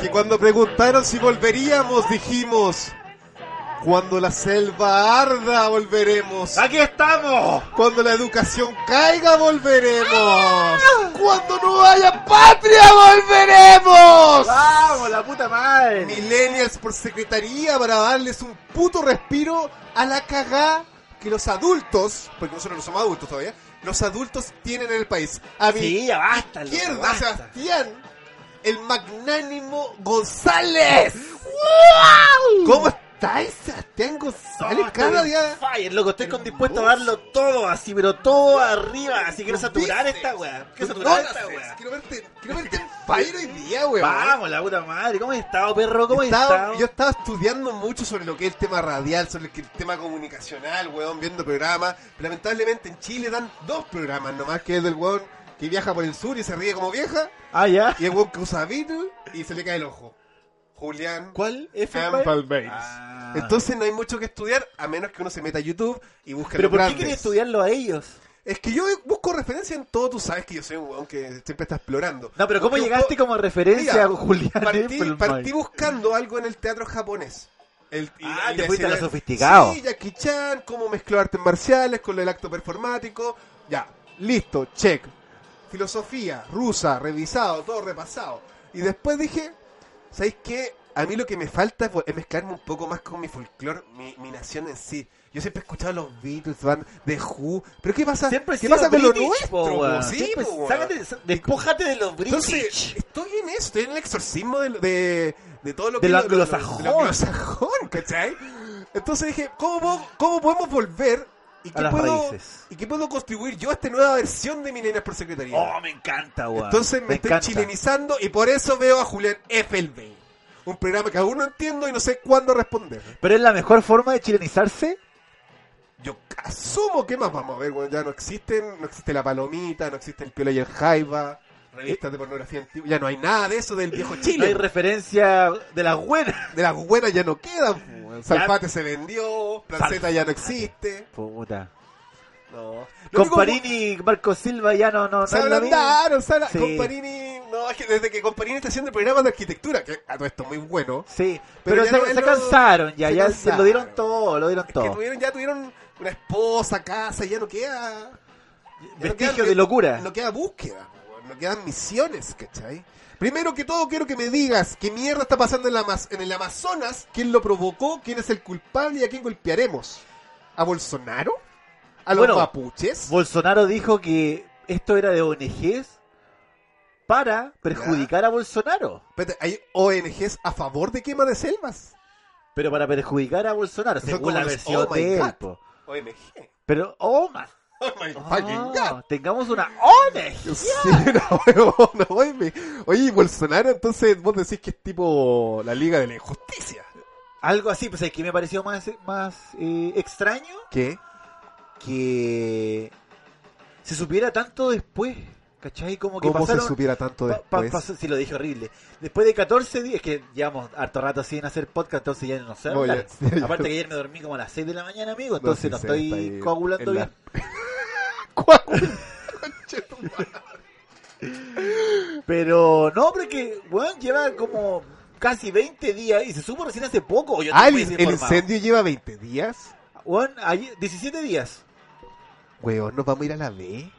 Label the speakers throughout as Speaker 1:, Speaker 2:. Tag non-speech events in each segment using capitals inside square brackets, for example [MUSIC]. Speaker 1: que cuando preguntaron si volveríamos, dijimos, cuando la selva arda, volveremos.
Speaker 2: ¡Aquí estamos!
Speaker 1: Cuando la educación caiga, volveremos. Cuando no haya patria, volveremos.
Speaker 2: Ah. ¡Vamos, la puta madre!
Speaker 1: Millennials por secretaría para darles un puto respiro a la cagá que los adultos, porque nosotros no somos adultos todavía, los adultos tienen en el país. A mi
Speaker 2: Sí, ya basta, loco,
Speaker 1: izquierda,
Speaker 2: basta.
Speaker 1: Sebastián, el magnánimo González. ¿Cómo estáis, Sebastián González?
Speaker 2: No,
Speaker 1: Cada
Speaker 2: estoy
Speaker 1: día...
Speaker 2: Fire, loco, estoy con dispuesto a darlo todo, así, pero todo arriba, así quiero saturar
Speaker 1: ¿Viste?
Speaker 2: esta weá. Quiero
Speaker 1: No,
Speaker 2: saturar
Speaker 1: no,
Speaker 2: esta
Speaker 1: Sebas,
Speaker 2: weá.
Speaker 1: Quiero verte, quiero verte en fire hoy día, weón.
Speaker 2: Vamos, la puta madre, ¿cómo has estado, perro? ¿Cómo has
Speaker 1: Estaba-
Speaker 2: estado?
Speaker 1: Yo estaba estudiando mucho sobre lo que es el tema radial, sobre el que- el tema comunicacional, weón, viendo programas. Lamentablemente en Chile dan dos programas nomás, que es el del weón que viaja por el sur y se ríe como vieja,
Speaker 2: Ah,
Speaker 1: [LAUGHS]
Speaker 2: ya.
Speaker 1: y el weón que usa Beatles y se le cae el ojo. Julián
Speaker 2: ¿Cuál?
Speaker 1: Campbell Bates.
Speaker 2: Ah.
Speaker 1: Entonces no hay mucho que estudiar, a menos que uno se meta a YouTube y busque los
Speaker 2: ¿Pero por qué
Speaker 1: grandes.
Speaker 2: quieres estudiarlo a ellos?
Speaker 1: Es que yo busco referencia en todo, tú sabes que yo soy un weón que siempre está explorando.
Speaker 2: No, pero ¿cómo
Speaker 1: Busco-
Speaker 2: llegaste como referencia
Speaker 1: Mira,
Speaker 2: a Julián ¿eh?
Speaker 1: partí,
Speaker 2: Applebaum?
Speaker 1: partí buscando algo en el teatro japonés. El,
Speaker 2: Ah, te
Speaker 1: la
Speaker 2: fuiste a lo
Speaker 1: escena-
Speaker 2: sofisticado.
Speaker 1: Sí, Jackie Chan, cómo mezclar artes marciales con el acto performático. Ya, listo, check. Filosofía rusa, revisado, todo repasado. Y después dije, ¿sabéis qué? A mí lo que me falta es vol- es mezclarme un poco más con mi folclore, mi, mi nación en sí. Yo siempre he escuchado a los Beatles, Van de Who. Pero ¿qué pasa?
Speaker 2: Siempre he
Speaker 1: ¿Qué
Speaker 2: sido
Speaker 1: pasa con lo
Speaker 2: British,
Speaker 1: nuestro?
Speaker 2: po,
Speaker 1: po?
Speaker 2: weón.
Speaker 1: Sí,
Speaker 2: Siempre-
Speaker 1: po, weón.
Speaker 2: sácate- sa- despójate de los British.
Speaker 1: Entonces, estoy en eso, estoy en el exorcismo de, de, de todo lo
Speaker 2: De
Speaker 1: que...
Speaker 2: lo
Speaker 1: es
Speaker 2: anglosajón.
Speaker 1: De lo anglosajón, ¿cachai? Entonces dije, ¿cómo, puedo- cómo podemos volver? ¿Y
Speaker 2: A
Speaker 1: qué,
Speaker 2: las
Speaker 1: puedo,
Speaker 2: raíces.
Speaker 1: ¿Y qué puedo contribuir yo a esta nueva versión de Mineras por Secretaría?
Speaker 2: oh, me encanta, weón.
Speaker 1: Entonces me, estoy
Speaker 2: encanta.
Speaker 1: chilenizando y por eso veo a Julián Effelbein. Un programa que aún no entiendo y no sé cuándo responder.
Speaker 2: Pero es la mejor forma de chilenizarse.
Speaker 1: Yo asumo que más vamos a ver, bueno, ya no existen, no existe la palomita, no existe el piola y el jaiba, revistas de pornografía antigua, ya no hay nada de eso del viejo Chile.
Speaker 2: Eh, No hay referencia de las buenas.
Speaker 1: de las buenas ya no quedan. po, weón. Salfate se vendió, Planceta ya no existe.
Speaker 2: Puta.
Speaker 1: No. Lo único
Speaker 2: Comparini, Marco Silva ya no, no,
Speaker 1: bu-
Speaker 2: no
Speaker 1: Se
Speaker 2: es la misma.
Speaker 1: ablandaron, se abla-
Speaker 2: Sí.
Speaker 1: Comparini. No, es que desde que Comparini está haciendo el programa de arquitectura, que a todo esto muy bueno,
Speaker 2: Sí,
Speaker 1: Pero
Speaker 2: pero,
Speaker 1: ya
Speaker 2: se,
Speaker 1: no-
Speaker 2: se
Speaker 1: no-
Speaker 2: cansaron ya,
Speaker 1: se
Speaker 2: ya
Speaker 1: cansaron.
Speaker 2: se lo dieron todo, lo dieron
Speaker 1: es que
Speaker 2: todo.
Speaker 1: tuvieron, ya tuvieron una esposa, casa, y ya no queda. Ya no
Speaker 2: Vestigio
Speaker 1: queda-
Speaker 2: de locura.
Speaker 1: No queda búsqueda, po, weón, no quedan misiones, ¿cachai? Primero que todo, quiero que me digas qué mierda está pasando en, la Ama- en el Amazonas, quién lo provocó, quién es el culpable y a quién golpearemos. ¿A Bolsonaro? ¿A los
Speaker 2: Bueno,
Speaker 1: mapuches?
Speaker 2: Bolsonaro dijo que esto era de ONGs para perjudicar a Bolsonaro.
Speaker 1: Espérate, ¿Hay ONGs a favor de quema de selvas?
Speaker 2: Pero para perjudicar a Bolsonaro,
Speaker 1: Son
Speaker 2: según
Speaker 1: como
Speaker 2: la
Speaker 1: los
Speaker 2: versión
Speaker 1: Oh My
Speaker 2: de él.
Speaker 1: God.
Speaker 2: po.
Speaker 1: ONG.
Speaker 2: Pero, oh, my
Speaker 1: Oh [LAUGHS] my fucking
Speaker 2: Ah,
Speaker 1: God.
Speaker 2: tengamos una ONG.
Speaker 1: Sí, [LAUGHS] una huevona, oíme. Oye, ¿y Bolsonaro, entonces vos decís que es tipo la Liga de la Injusticia.
Speaker 2: Algo así, pues es que me pareció más, más eh, extraño
Speaker 1: ¿Qué?
Speaker 2: que se supiera tanto después. ¿Cachai? Como que
Speaker 1: ¿Cómo
Speaker 2: pasaron,
Speaker 1: se supiera tanto
Speaker 2: pa- pa-
Speaker 1: después?
Speaker 2: pasó- sí, lo dije horrible. Después de 14 días, que llevamos harto rato sin hacer podcast, entonces ya no sé.
Speaker 1: No, [LAUGHS]
Speaker 2: hablar.
Speaker 1: ya- ya-
Speaker 2: Aparte que ayer me dormí como a las 6 de la mañana, amigo,
Speaker 1: No,
Speaker 2: entonces
Speaker 1: sí,
Speaker 2: no,
Speaker 1: se
Speaker 2: estoy
Speaker 1: está ahí
Speaker 2: coagulando
Speaker 1: en
Speaker 2: bien.
Speaker 1: la- [LAUGHS] Coagul- Conchetumare.
Speaker 2: Pero no, pero es que, weón, lleva como casi 20 días y se supo recién hace poco. o yo
Speaker 1: Ah, el,
Speaker 2: estoy
Speaker 1: el
Speaker 2: desinformado.
Speaker 1: incendio lleva 20 días.
Speaker 2: Weón, ayer- 17 días.
Speaker 1: Weón, nos vamos a ir a la B.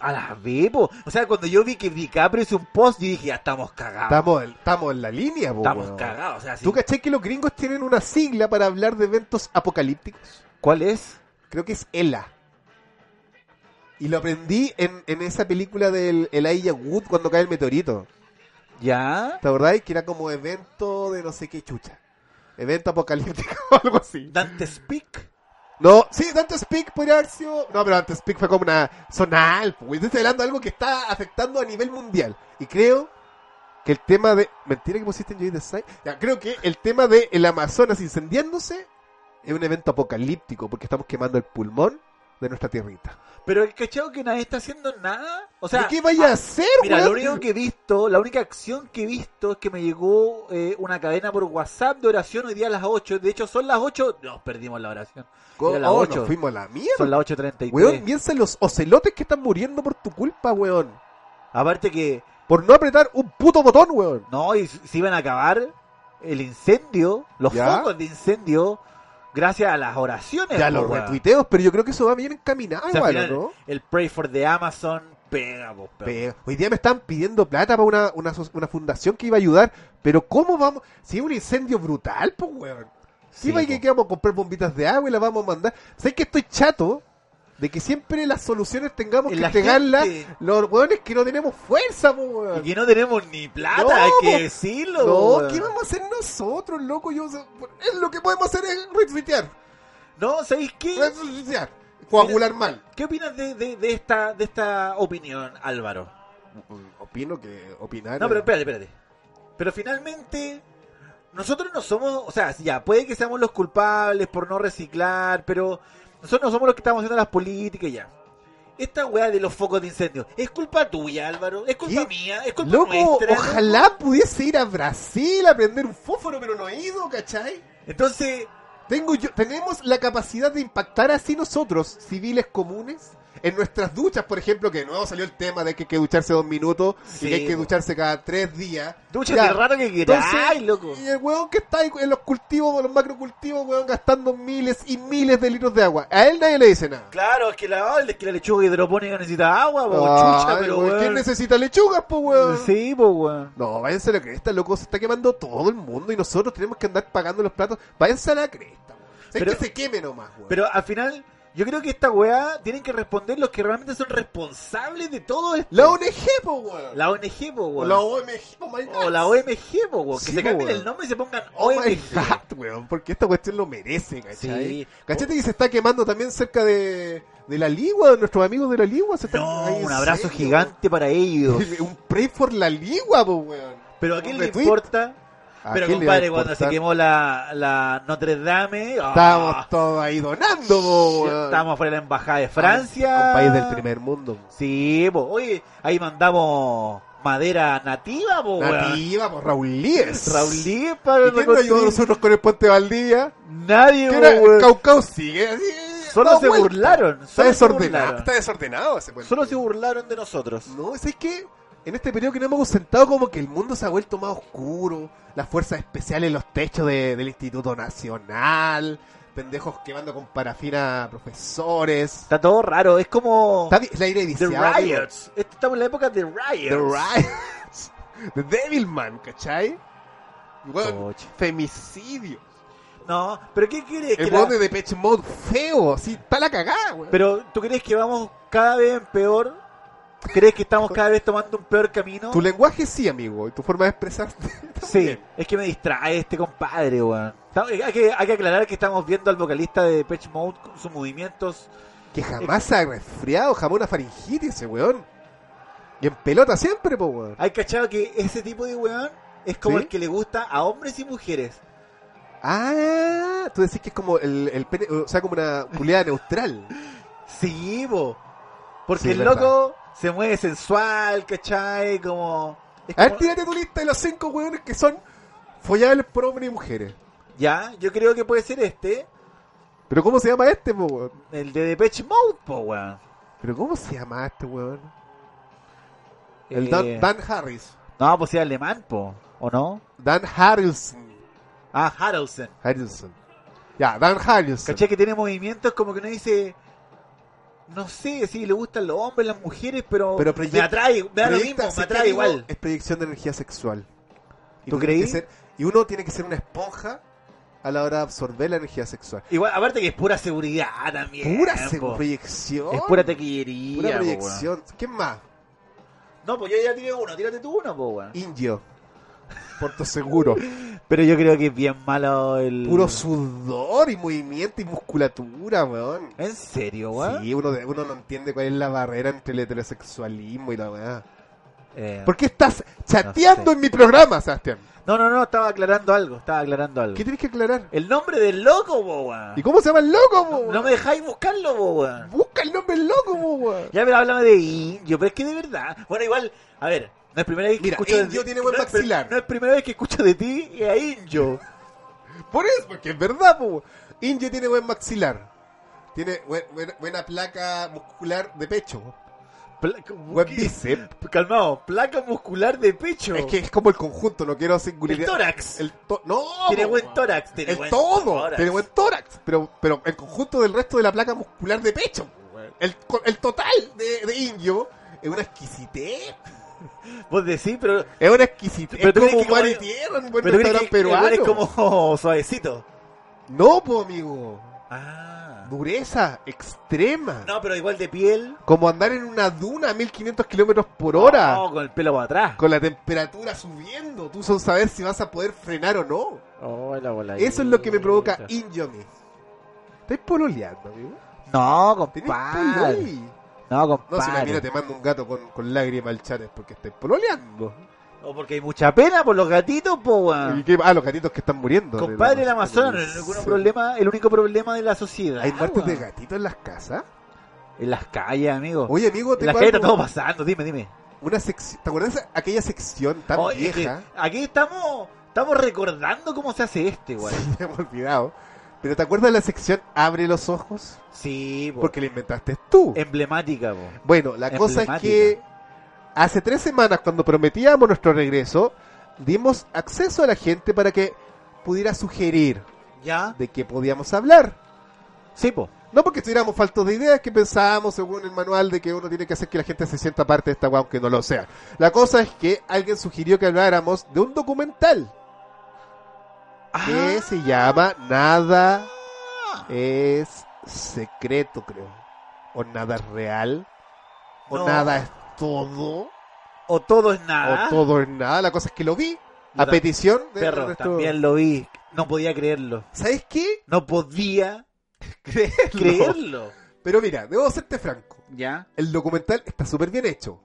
Speaker 2: A la B, po. O sea, cuando yo vi que DiCaprio hizo un post, yo dije, ya estamos cagados. Oh,
Speaker 1: Estamos, en- estamos en la línea, po,
Speaker 2: Ah. Estamos
Speaker 1: weón.
Speaker 2: cagados. O sea, sí.
Speaker 1: ¿Tú cachai que los gringos tienen una sigla para hablar de eventos apocalípticos?
Speaker 2: ¿Cuál es?
Speaker 1: Creo que es ELA. Y lo aprendí en, en esa película del Elijah Wood cuando cae el meteorito.
Speaker 2: Ya.
Speaker 1: ¿Te acordáis? Que era como evento de no sé qué chucha. Evento apocalíptico [LAUGHS] o algo así.
Speaker 2: Dante Speak.
Speaker 1: No, sí, Dante Speak podría haber sido... No, pero Dante Speak fue como una zonal. pues, Estoy hablando de algo que está afectando a nivel mundial. Y creo que el tema de... Mentira que pusiste en Joy Design. Ya, creo que el tema de el Amazonas incendiándose es un evento apocalíptico porque estamos quemando el pulmón de nuestra tierrita.
Speaker 2: Pero el cachado que nadie está haciendo nada. O sea, ah,
Speaker 1: ¿De qué vaya a hacer,
Speaker 2: mira,
Speaker 1: weón?
Speaker 2: lo único que he visto, la única acción que he visto es que me llegó eh, una cadena por WhatsApp de oración hoy día a las 8. De hecho, son las 8. Nos perdimos la oración.
Speaker 1: Co-
Speaker 2: Era las
Speaker 1: oh,
Speaker 2: 8.
Speaker 1: nos fuimos a la mierda.
Speaker 2: Son las 8.33.
Speaker 1: Weón, piensa en los ocelotes que están muriendo por tu culpa, weón.
Speaker 2: Aparte que
Speaker 1: Por no apretar un puto botón, weón.
Speaker 2: No, y se iban a acabar el incendio, los
Speaker 1: Ya.
Speaker 2: focos de incendio, gracias a las oraciones.
Speaker 1: Ya
Speaker 2: po,
Speaker 1: los
Speaker 2: Eh, weón.
Speaker 1: retuiteos, pero yo creo que eso va bien encaminado,
Speaker 2: O sea, al
Speaker 1: igual, ¿o
Speaker 2: final,
Speaker 1: ¿no?
Speaker 2: El Pray for the Amazon pega, po, pega.
Speaker 1: Pero hoy día me están pidiendo plata para una, una, so- una fundación que iba a ayudar, pero ¿cómo vamos? Si es un incendio brutal, pues, weón. Si
Speaker 2: Sí,
Speaker 1: va y
Speaker 2: po.
Speaker 1: que vamos a comprar bombitas de agua y las vamos a mandar. ¿Sabes que estoy chato de que siempre las soluciones tengamos
Speaker 2: En
Speaker 1: que
Speaker 2: la
Speaker 1: entregarlas
Speaker 2: gente.
Speaker 1: los weones que no tenemos fuerza, pues,
Speaker 2: Y
Speaker 1: weón?
Speaker 2: que no tenemos ni plata,
Speaker 1: No,
Speaker 2: hay
Speaker 1: po.
Speaker 2: que decirlo. po,
Speaker 1: No,
Speaker 2: weón.
Speaker 1: ¿qué vamos a hacer nosotros, loco? Yo, o sea, es lo que podemos hacer es retuitear,
Speaker 2: No, ¿sabéis qué?
Speaker 1: retuitear, coagular mal.
Speaker 2: ¿Qué opinas de, de- de esta, de esta opinión, Álvaro?
Speaker 1: Opino que opinar.
Speaker 2: No,
Speaker 1: es-
Speaker 2: pero espérate, espérate. Pero finalmente, nosotros no somos, o sea, sí, ya, puede que seamos los culpables por no reciclar, pero nosotros no somos los que estamos haciendo las políticas y ya. Esta weá de los focos de incendio, ¿es culpa tuya, Álvaro? ¿Es culpa
Speaker 1: ¿Qué?
Speaker 2: mía? ¿Es culpa
Speaker 1: Loco,
Speaker 2: nuestra?
Speaker 1: ojalá pudiese ir a Brasil a prender un fósforo, pero no he ido, ¿cachai?
Speaker 2: Entonces,
Speaker 1: Tengo yo, tenemos la capacidad de impactar así nosotros, civiles comunes, en nuestras duchas, por ejemplo, que de nuevo salió el tema de que hay que ducharse dos minutos y
Speaker 2: Sí,
Speaker 1: que hay que
Speaker 2: po.
Speaker 1: ducharse cada tres días.
Speaker 2: ducha
Speaker 1: Ya,
Speaker 2: de rato que quieras.
Speaker 1: entonces,
Speaker 2: Ay, loco.
Speaker 1: Y el weón que está ahí en los cultivos, en los macrocultivos, weón, gastando miles y miles de litros de agua. A él nadie le dice nada.
Speaker 2: Claro, es que la, es que la lechuga hidropónica necesita agua, po, chucha,
Speaker 1: Ay,
Speaker 2: pero
Speaker 1: weón, ¿Quién
Speaker 2: weón.
Speaker 1: necesita lechugas, po, weón?
Speaker 2: Sí, po, weón.
Speaker 1: No, váyanse a la cresta, loco. Se está quemando todo el mundo y nosotros tenemos que andar pagando los platos. Váyanse a la cresta, weón. Es
Speaker 2: Pero-
Speaker 1: que se queme nomás, weón.
Speaker 2: Pero al final, yo creo que esta weá tienen que responder los que realmente son responsables de todo esto.
Speaker 1: La ONG, po, weón.
Speaker 2: La ONG, po,
Speaker 1: O
Speaker 2: weón.
Speaker 1: la OMG, po, my
Speaker 2: O Oh, la
Speaker 1: God.
Speaker 2: OMG, po, weón. Que
Speaker 1: Sí,
Speaker 2: se
Speaker 1: po,
Speaker 2: cambien
Speaker 1: weón.
Speaker 2: el nombre y se pongan
Speaker 1: Oh my
Speaker 2: OMG.
Speaker 1: God, weón. Porque esta cuestión lo merece, ¿cachai?
Speaker 2: Sí.
Speaker 1: Cachete que se está quemando también cerca de, de la Ligua, de nuestros amigos de la Ligua. Se están-
Speaker 2: No,
Speaker 1: Ay, ¿en
Speaker 2: un abrazo
Speaker 1: serio?
Speaker 2: gigante para ellos.
Speaker 1: [LAUGHS] Un pray for la Ligua, po, weón.
Speaker 2: Pero a quién
Speaker 1: Un
Speaker 2: le
Speaker 1: retweet.
Speaker 2: importa.
Speaker 1: ¿A
Speaker 2: Pero
Speaker 1: quién le va a
Speaker 2: compadre, cuando se
Speaker 1: importar?
Speaker 2: quemó la, la Notre Dame, ah,
Speaker 1: Estábamos todos ahí donando, po, weón.
Speaker 2: estábamos fuera de la embajada de Francia.
Speaker 1: Un país del primer mundo.
Speaker 2: Sí, po. Oye, ahí mandamos madera nativa, po, weón.
Speaker 1: Nativa, po, Raúl Líes.
Speaker 2: Raúl Díaz
Speaker 1: ¿Y
Speaker 2: para
Speaker 1: quién nos ayudó a
Speaker 2: reconstruir.
Speaker 1: nosotros con el puente Valdivia?
Speaker 2: Nadie,
Speaker 1: Que
Speaker 2: po,
Speaker 1: era
Speaker 2: weón.
Speaker 1: Caucao sigue así.
Speaker 2: Solo
Speaker 1: da
Speaker 2: se
Speaker 1: vuelta.
Speaker 2: burlaron,
Speaker 1: Está
Speaker 2: solo se
Speaker 1: desordenado.
Speaker 2: burlaron.
Speaker 1: Está desordenado ese puente.
Speaker 2: Solo se burlaron de nosotros.
Speaker 1: No, es que en este periodo que nos hemos sentado como que el mundo se ha vuelto más oscuro. Las fuerzas especiales en los techos de- del Instituto Nacional. Pendejos quemando con parafina a profesores.
Speaker 2: Está todo raro, es como
Speaker 1: Está bien, el aire
Speaker 2: The
Speaker 1: viciado.
Speaker 2: Riots. Esto- Estamos en la época de Riots.
Speaker 1: The Riots. [LAUGHS] The Devilman, ¿cachai? Bueno,
Speaker 2: Coche.
Speaker 1: femicidio.
Speaker 2: No, pero ¿qué crees?
Speaker 1: El
Speaker 2: que la-
Speaker 1: borde de Depeche Mode feo, así, está la cagada, weón.
Speaker 2: Pero ¿tú crees que vamos cada vez en peor? ¿Crees
Speaker 1: [LAUGHS]
Speaker 2: que estamos cada vez tomando un peor camino?
Speaker 1: Tu lenguaje sí, amigo, y tu forma de expresarte. [LAUGHS]
Speaker 2: Sí, es que me distrae este compadre, weón. Estamos- Hay que, hay que aclarar que estamos viendo al vocalista de Patch Mode con sus movimientos.
Speaker 1: Que jamás se ha resfriado, jamás una faringitis ese weón. Y en pelota siempre, po, weón.
Speaker 2: Hay cachado que ese tipo de weón es como
Speaker 1: ¿Sí?
Speaker 2: el que le gusta a hombres y mujeres.
Speaker 1: Ah, tú decís que es como el, el pene, o sea, como una culiada [LAUGHS] neutral.
Speaker 2: Sí, po. Porque
Speaker 1: Sí,
Speaker 2: el
Speaker 1: verdad.
Speaker 2: loco se mueve sensual, ¿cachai? Como. es
Speaker 1: A ver,
Speaker 2: como-
Speaker 1: tírate tu lista de los cinco weones que son follables por hombres y mujeres.
Speaker 2: Ya, yo creo que puede ser este,
Speaker 1: Pero ¿cómo se llama este, po, weón?
Speaker 2: el de Depeche Mode, po, weón.
Speaker 1: Pero ¿cómo se llama este weón?
Speaker 2: Eh,
Speaker 1: El Dan, Dan Harris.
Speaker 2: No, pues es alemán, po, ¿o no?
Speaker 1: Dan Harrelson.
Speaker 2: Ah, Harrelson.
Speaker 1: Harrelson. Ya, Dan Harrelson.
Speaker 2: ¿Cachai? Que tiene movimientos como que uno dice. No sé si le gustan los hombres, las mujeres, pero,
Speaker 1: Pero
Speaker 2: me
Speaker 1: proyecta-
Speaker 2: atrae, me da
Speaker 1: Proyecta-
Speaker 2: lo mismo,
Speaker 1: si
Speaker 2: me
Speaker 1: es que
Speaker 2: atrae
Speaker 1: digo,
Speaker 2: igual.
Speaker 1: Es proyección de energía sexual. Y
Speaker 2: ¿Tú
Speaker 1: tú tienes
Speaker 2: creí?
Speaker 1: que ser- y uno tiene que ser una esponja a la hora de absorber la energía sexual.
Speaker 2: Igual, aparte que es pura seguridad también.
Speaker 1: Pura
Speaker 2: po.
Speaker 1: se- proyección.
Speaker 2: Es pura tequillería.
Speaker 1: Pura
Speaker 2: po, weón.
Speaker 1: proyección. ¿Qué más?
Speaker 2: No, pues yo ya tiré uno, tírate tú uno, po, weón.
Speaker 1: Indio. Porto
Speaker 2: [LAUGHS]
Speaker 1: Seguro.
Speaker 2: Pero yo creo que es bien malo el.
Speaker 1: Puro sudor y movimiento y musculatura, weón.
Speaker 2: ¿En serio, weón?
Speaker 1: Sí, uno, de- uno no entiende cuál es la barrera entre el heterosexualismo y la weá.
Speaker 2: Eh,
Speaker 1: ¿Por qué estás chateando en mi programa, Sebastián?
Speaker 2: No, no, no, estaba aclarando algo, estaba aclarando algo.
Speaker 1: ¿Qué tienes que aclarar?
Speaker 2: El nombre del loco, po, weón.
Speaker 1: ¿Y cómo se llama el loco, po,
Speaker 2: No, no
Speaker 1: weón?
Speaker 2: me dejáis buscarlo, po, weón.
Speaker 1: Busca el nombre del loco, po, weón.
Speaker 2: Ya, pero háblame de indio, pero es que de verdad. Bueno, igual, a ver, no es primera vez que
Speaker 1: Mira,
Speaker 2: escucho.
Speaker 1: indio
Speaker 2: de-
Speaker 1: tiene buen
Speaker 2: no es-
Speaker 1: maxilar.
Speaker 2: No es primera vez que escucho de ti y a indio.
Speaker 1: Por eso, porque es verdad, po. Indio tiene buen maxilar. Tiene buen- buen- buena placa muscular de pecho.
Speaker 2: Pla-
Speaker 1: Buen bíceps.
Speaker 2: Calmado, placa muscular de pecho.
Speaker 1: Es que es como el conjunto, no quiero
Speaker 2: el
Speaker 1: singularizar.
Speaker 2: tórax.
Speaker 1: El to- no,
Speaker 2: tiene
Speaker 1: po,
Speaker 2: buen
Speaker 1: weón.
Speaker 2: tórax. Tiene
Speaker 1: El
Speaker 2: buen
Speaker 1: todo,
Speaker 2: tórax.
Speaker 1: tiene buen tórax, pero, pero el conjunto del resto de la placa muscular de pecho, el, co- el total de, de indio es una exquisitez,
Speaker 2: Vos decís, pero,
Speaker 1: es una exquisitez,
Speaker 2: Pero tú
Speaker 1: es
Speaker 2: crees
Speaker 1: como
Speaker 2: que
Speaker 1: mar
Speaker 2: como-
Speaker 1: y tierra en un buen
Speaker 2: pero crees
Speaker 1: restaurante
Speaker 2: que- que el
Speaker 1: peruano.
Speaker 2: weón es como [LAUGHS] suavecito.
Speaker 1: No, po, amigo,
Speaker 2: Ah.
Speaker 1: dureza extrema,
Speaker 2: No, pero igual de piel.
Speaker 1: como andar en una duna a 1500 kilómetros por hora,
Speaker 2: No, con el pelo para atrás.
Speaker 1: con la temperatura subiendo, tú son saber si vas a poder frenar o no.
Speaker 2: Oh, la bola
Speaker 1: Eso es lo que me provoca indio a mí. Estás pololeando, amigo.
Speaker 2: No,
Speaker 1: Tenés
Speaker 2: compadre.
Speaker 1: pololi.
Speaker 2: No,
Speaker 1: No, si la mina
Speaker 2: compadre.
Speaker 1: te manda un gato con, con lágrimas al chat es porque estáis pololeando.
Speaker 2: o porque hay mucha pena por los gatitos, po, weón.
Speaker 1: ¿Y qué- Ah, los gatitos que están muriendo.
Speaker 2: Compadre,
Speaker 1: De
Speaker 2: el
Speaker 1: la-
Speaker 2: Amazonas no es
Speaker 1: Sí.
Speaker 2: ningún problema, el único problema de la sociedad.
Speaker 1: ¿Hay muertes de
Speaker 2: weón.
Speaker 1: gatitos en las casas?
Speaker 2: En las calles, amigo.
Speaker 1: Oye, amigo,
Speaker 2: Oh. en las
Speaker 1: tengo
Speaker 2: calles
Speaker 1: algo-
Speaker 2: está todo pasando, dime, dime.
Speaker 1: una sección. ¿Te acuerdas de aquella sección tan
Speaker 2: Oh, es que
Speaker 1: vieja?
Speaker 2: aquí estamos estamos recordando cómo se hace este, weón.
Speaker 1: [LAUGHS] Se me ha olvidado. Pero ¿te acuerdas de la sección Abre los ojos?
Speaker 2: Sí, po.
Speaker 1: Porque la inventaste tú.
Speaker 2: Em- emblemática, po.
Speaker 1: Bueno, la cosa es que
Speaker 2: Emblemática.
Speaker 1: hace tres semanas, cuando prometíamos nuestro regreso, dimos acceso a la gente para que pudiera sugerir
Speaker 2: ¿Ya?
Speaker 1: de qué podíamos hablar.
Speaker 2: Sí, po.
Speaker 1: No porque estuviéramos faltos de ideas, que pensábamos según el manual de que uno tiene que hacer que la gente se sienta parte de esta guau, aunque no lo sea. La cosa es que alguien sugirió que habláramos de un documental que
Speaker 2: Ah,
Speaker 1: se llama Nada es secreto, creo. O nada es real. O
Speaker 2: No.
Speaker 1: nada es todo.
Speaker 2: O todo es
Speaker 1: O
Speaker 2: nada.
Speaker 1: todo es nada. La cosa es que lo vi a
Speaker 2: Yo tam-
Speaker 1: petición de
Speaker 2: Ah. Perro,
Speaker 1: nuestro-
Speaker 2: también lo vi. No podía creerlo.
Speaker 1: ¿Sabes qué? [LAUGHS]
Speaker 2: No podía
Speaker 1: Creerlo.
Speaker 2: creerlo.
Speaker 1: Pero mira, debo serte franco.
Speaker 2: ¿Ya?
Speaker 1: el documental está súper bien hecho.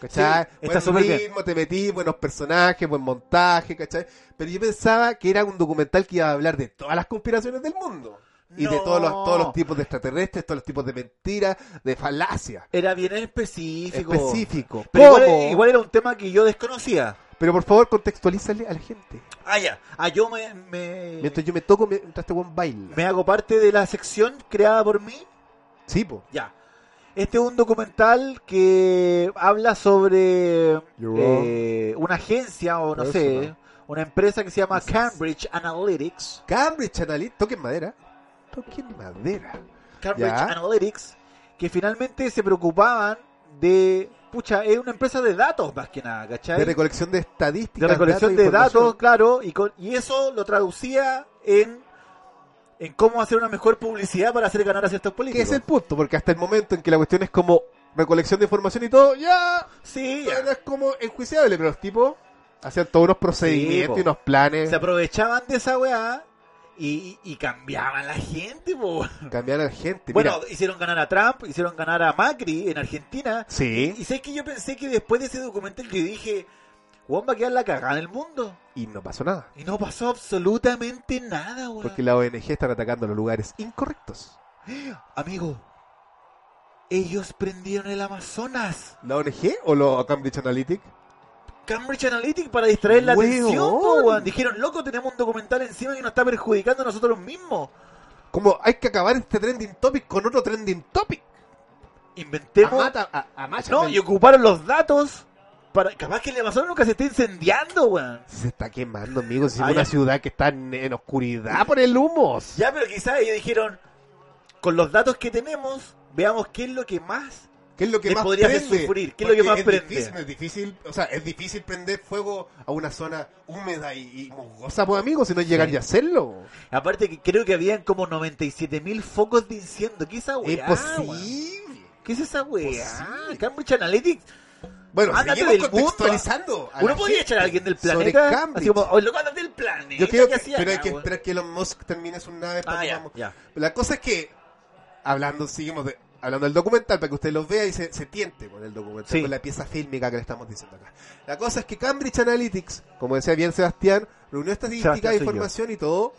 Speaker 1: ¿Cachai?
Speaker 2: Sí, está súper
Speaker 1: buen
Speaker 2: bien.
Speaker 1: ritmo, te metí, buenos personajes, buen montaje, ¿cachai? Pero yo pensaba que era un documental que iba a hablar de todas las conspiraciones del mundo. Y de
Speaker 2: No.
Speaker 1: todos los, todos los tipos de extraterrestres, todos los tipos de mentiras, de falacias.
Speaker 2: Era bien específico.
Speaker 1: Específico.
Speaker 2: Pero
Speaker 1: ¿Cómo?
Speaker 2: igual, eh, igual era un tema que yo desconocía.
Speaker 1: Pero por favor, contextualízale a la gente.
Speaker 2: Ah, ya. Ah, yo me, me,
Speaker 1: Mientras yo me toco, mientras este buen baila.
Speaker 2: me hago parte de la sección creada por mí.
Speaker 1: Sí, po.
Speaker 2: Ya. Este es un documental que habla sobre
Speaker 1: Yo.
Speaker 2: eh, una agencia o no sé,
Speaker 1: Personal.
Speaker 2: una empresa que se llama Cambridge Analytics.
Speaker 1: Cambridge Analytica. Toquen madera. Toquen madera.
Speaker 2: Cambridge
Speaker 1: Ya.
Speaker 2: Analytics, que finalmente se preocupaban de. Pucha, es una empresa de datos más que nada, ¿cachai?
Speaker 1: De recolección de estadísticas.
Speaker 2: de recolección
Speaker 1: datos e
Speaker 2: de datos,
Speaker 1: información.
Speaker 2: claro, y, con- y eso lo traducía en, en cómo hacer una mejor publicidad para hacer ganar a ciertos
Speaker 1: Que
Speaker 2: políticos.
Speaker 1: es el punto, porque hasta el momento en que la cuestión es como recolección de información y todo, ya,
Speaker 2: Sí,
Speaker 1: ya no es como enjuiciable, pero los tipos hacían todos unos procedimientos
Speaker 2: Sí, po.
Speaker 1: y unos planes,
Speaker 2: se aprovechaban de esa weá y, y cambiaban la gente. [LAUGHS] po.
Speaker 1: cambiar a la gente.
Speaker 2: Bueno,
Speaker 1: Mira,
Speaker 2: hicieron ganar a Trump, hicieron ganar a Macri en Argentina.
Speaker 1: sí,
Speaker 2: Y sé que yo pensé que después de ese documental yo dije, weón va a quedar la cagada en el mundo.
Speaker 1: y no pasó nada,
Speaker 2: Y no pasó absolutamente nada, weón.
Speaker 1: porque la ONG están atacando los lugares incorrectos.
Speaker 2: Amigo, ellos prendieron el Amazonas.
Speaker 1: ¿La ONG o los Cambridge Analytica?
Speaker 2: Cambridge Analytica para distraer la
Speaker 1: Weón.
Speaker 2: atención, po, weón. Dijeron, loco, tenemos un documental encima que nos está perjudicando a nosotros mismos.
Speaker 1: Como hay que acabar este trending topic con otro trending topic.
Speaker 2: Inventemos.
Speaker 1: Amata- a- amáchame.
Speaker 2: no, y ocuparon los datos para. Capaz que el Amazonas nunca se esté incendiando, weón.
Speaker 1: Se está quemando, amigo, si es
Speaker 2: Ah,
Speaker 1: una
Speaker 2: ya.
Speaker 1: ciudad que está en, en oscuridad por el humo.
Speaker 2: Ya, pero quizás ellos dijeron, con los datos que tenemos, veamos qué es lo que más.
Speaker 1: ¿Qué es lo que
Speaker 2: que
Speaker 1: más
Speaker 2: podría hacer
Speaker 1: prende?
Speaker 2: sufrir, ¿qué es lo que
Speaker 1: Porque
Speaker 2: más
Speaker 1: es
Speaker 2: prende?
Speaker 1: Difícil, es difícil, o sea, es difícil prender fuego a una zona húmeda y, y musgosa, pues amigos, si no llegan
Speaker 2: Sí.
Speaker 1: ya a hacerlo.
Speaker 2: Aparte que creo que habían como 97.000 focos de incendio. ¿Qué es esa weá? Oh, weón?
Speaker 1: Imposible.
Speaker 2: ¿Qué es esa weá?
Speaker 1: Imposible.
Speaker 2: Cambridge Analytics.
Speaker 1: Bueno,
Speaker 2: Ándate
Speaker 1: seguimos
Speaker 2: del
Speaker 1: contextualizando. a
Speaker 2: Uno
Speaker 1: la
Speaker 2: podría
Speaker 1: gente
Speaker 2: echar a alguien del
Speaker 1: sobre
Speaker 2: planeta.
Speaker 1: Cambridge.
Speaker 2: Así como, oye, loco, ándate del planeta.
Speaker 1: Yo creo
Speaker 2: ¿qué
Speaker 1: que, ah,
Speaker 2: hacía
Speaker 1: pero hay
Speaker 2: acá,
Speaker 1: que
Speaker 2: weón?
Speaker 1: esperar que Elon Musk termine su nave para
Speaker 2: Ah,
Speaker 1: que
Speaker 2: ya,
Speaker 1: vamos-
Speaker 2: ya.
Speaker 1: La cosa es que, hablando, seguimos de- hablando del documental para que usted los vea y se, se tiente con el documental,
Speaker 2: Sí.
Speaker 1: con la pieza fílmica que le estamos diciendo acá. La cosa es que Cambridge Analytics, como decía bien Sebastián, reunió estadísticas,
Speaker 2: Sebastián soy
Speaker 1: información y todo,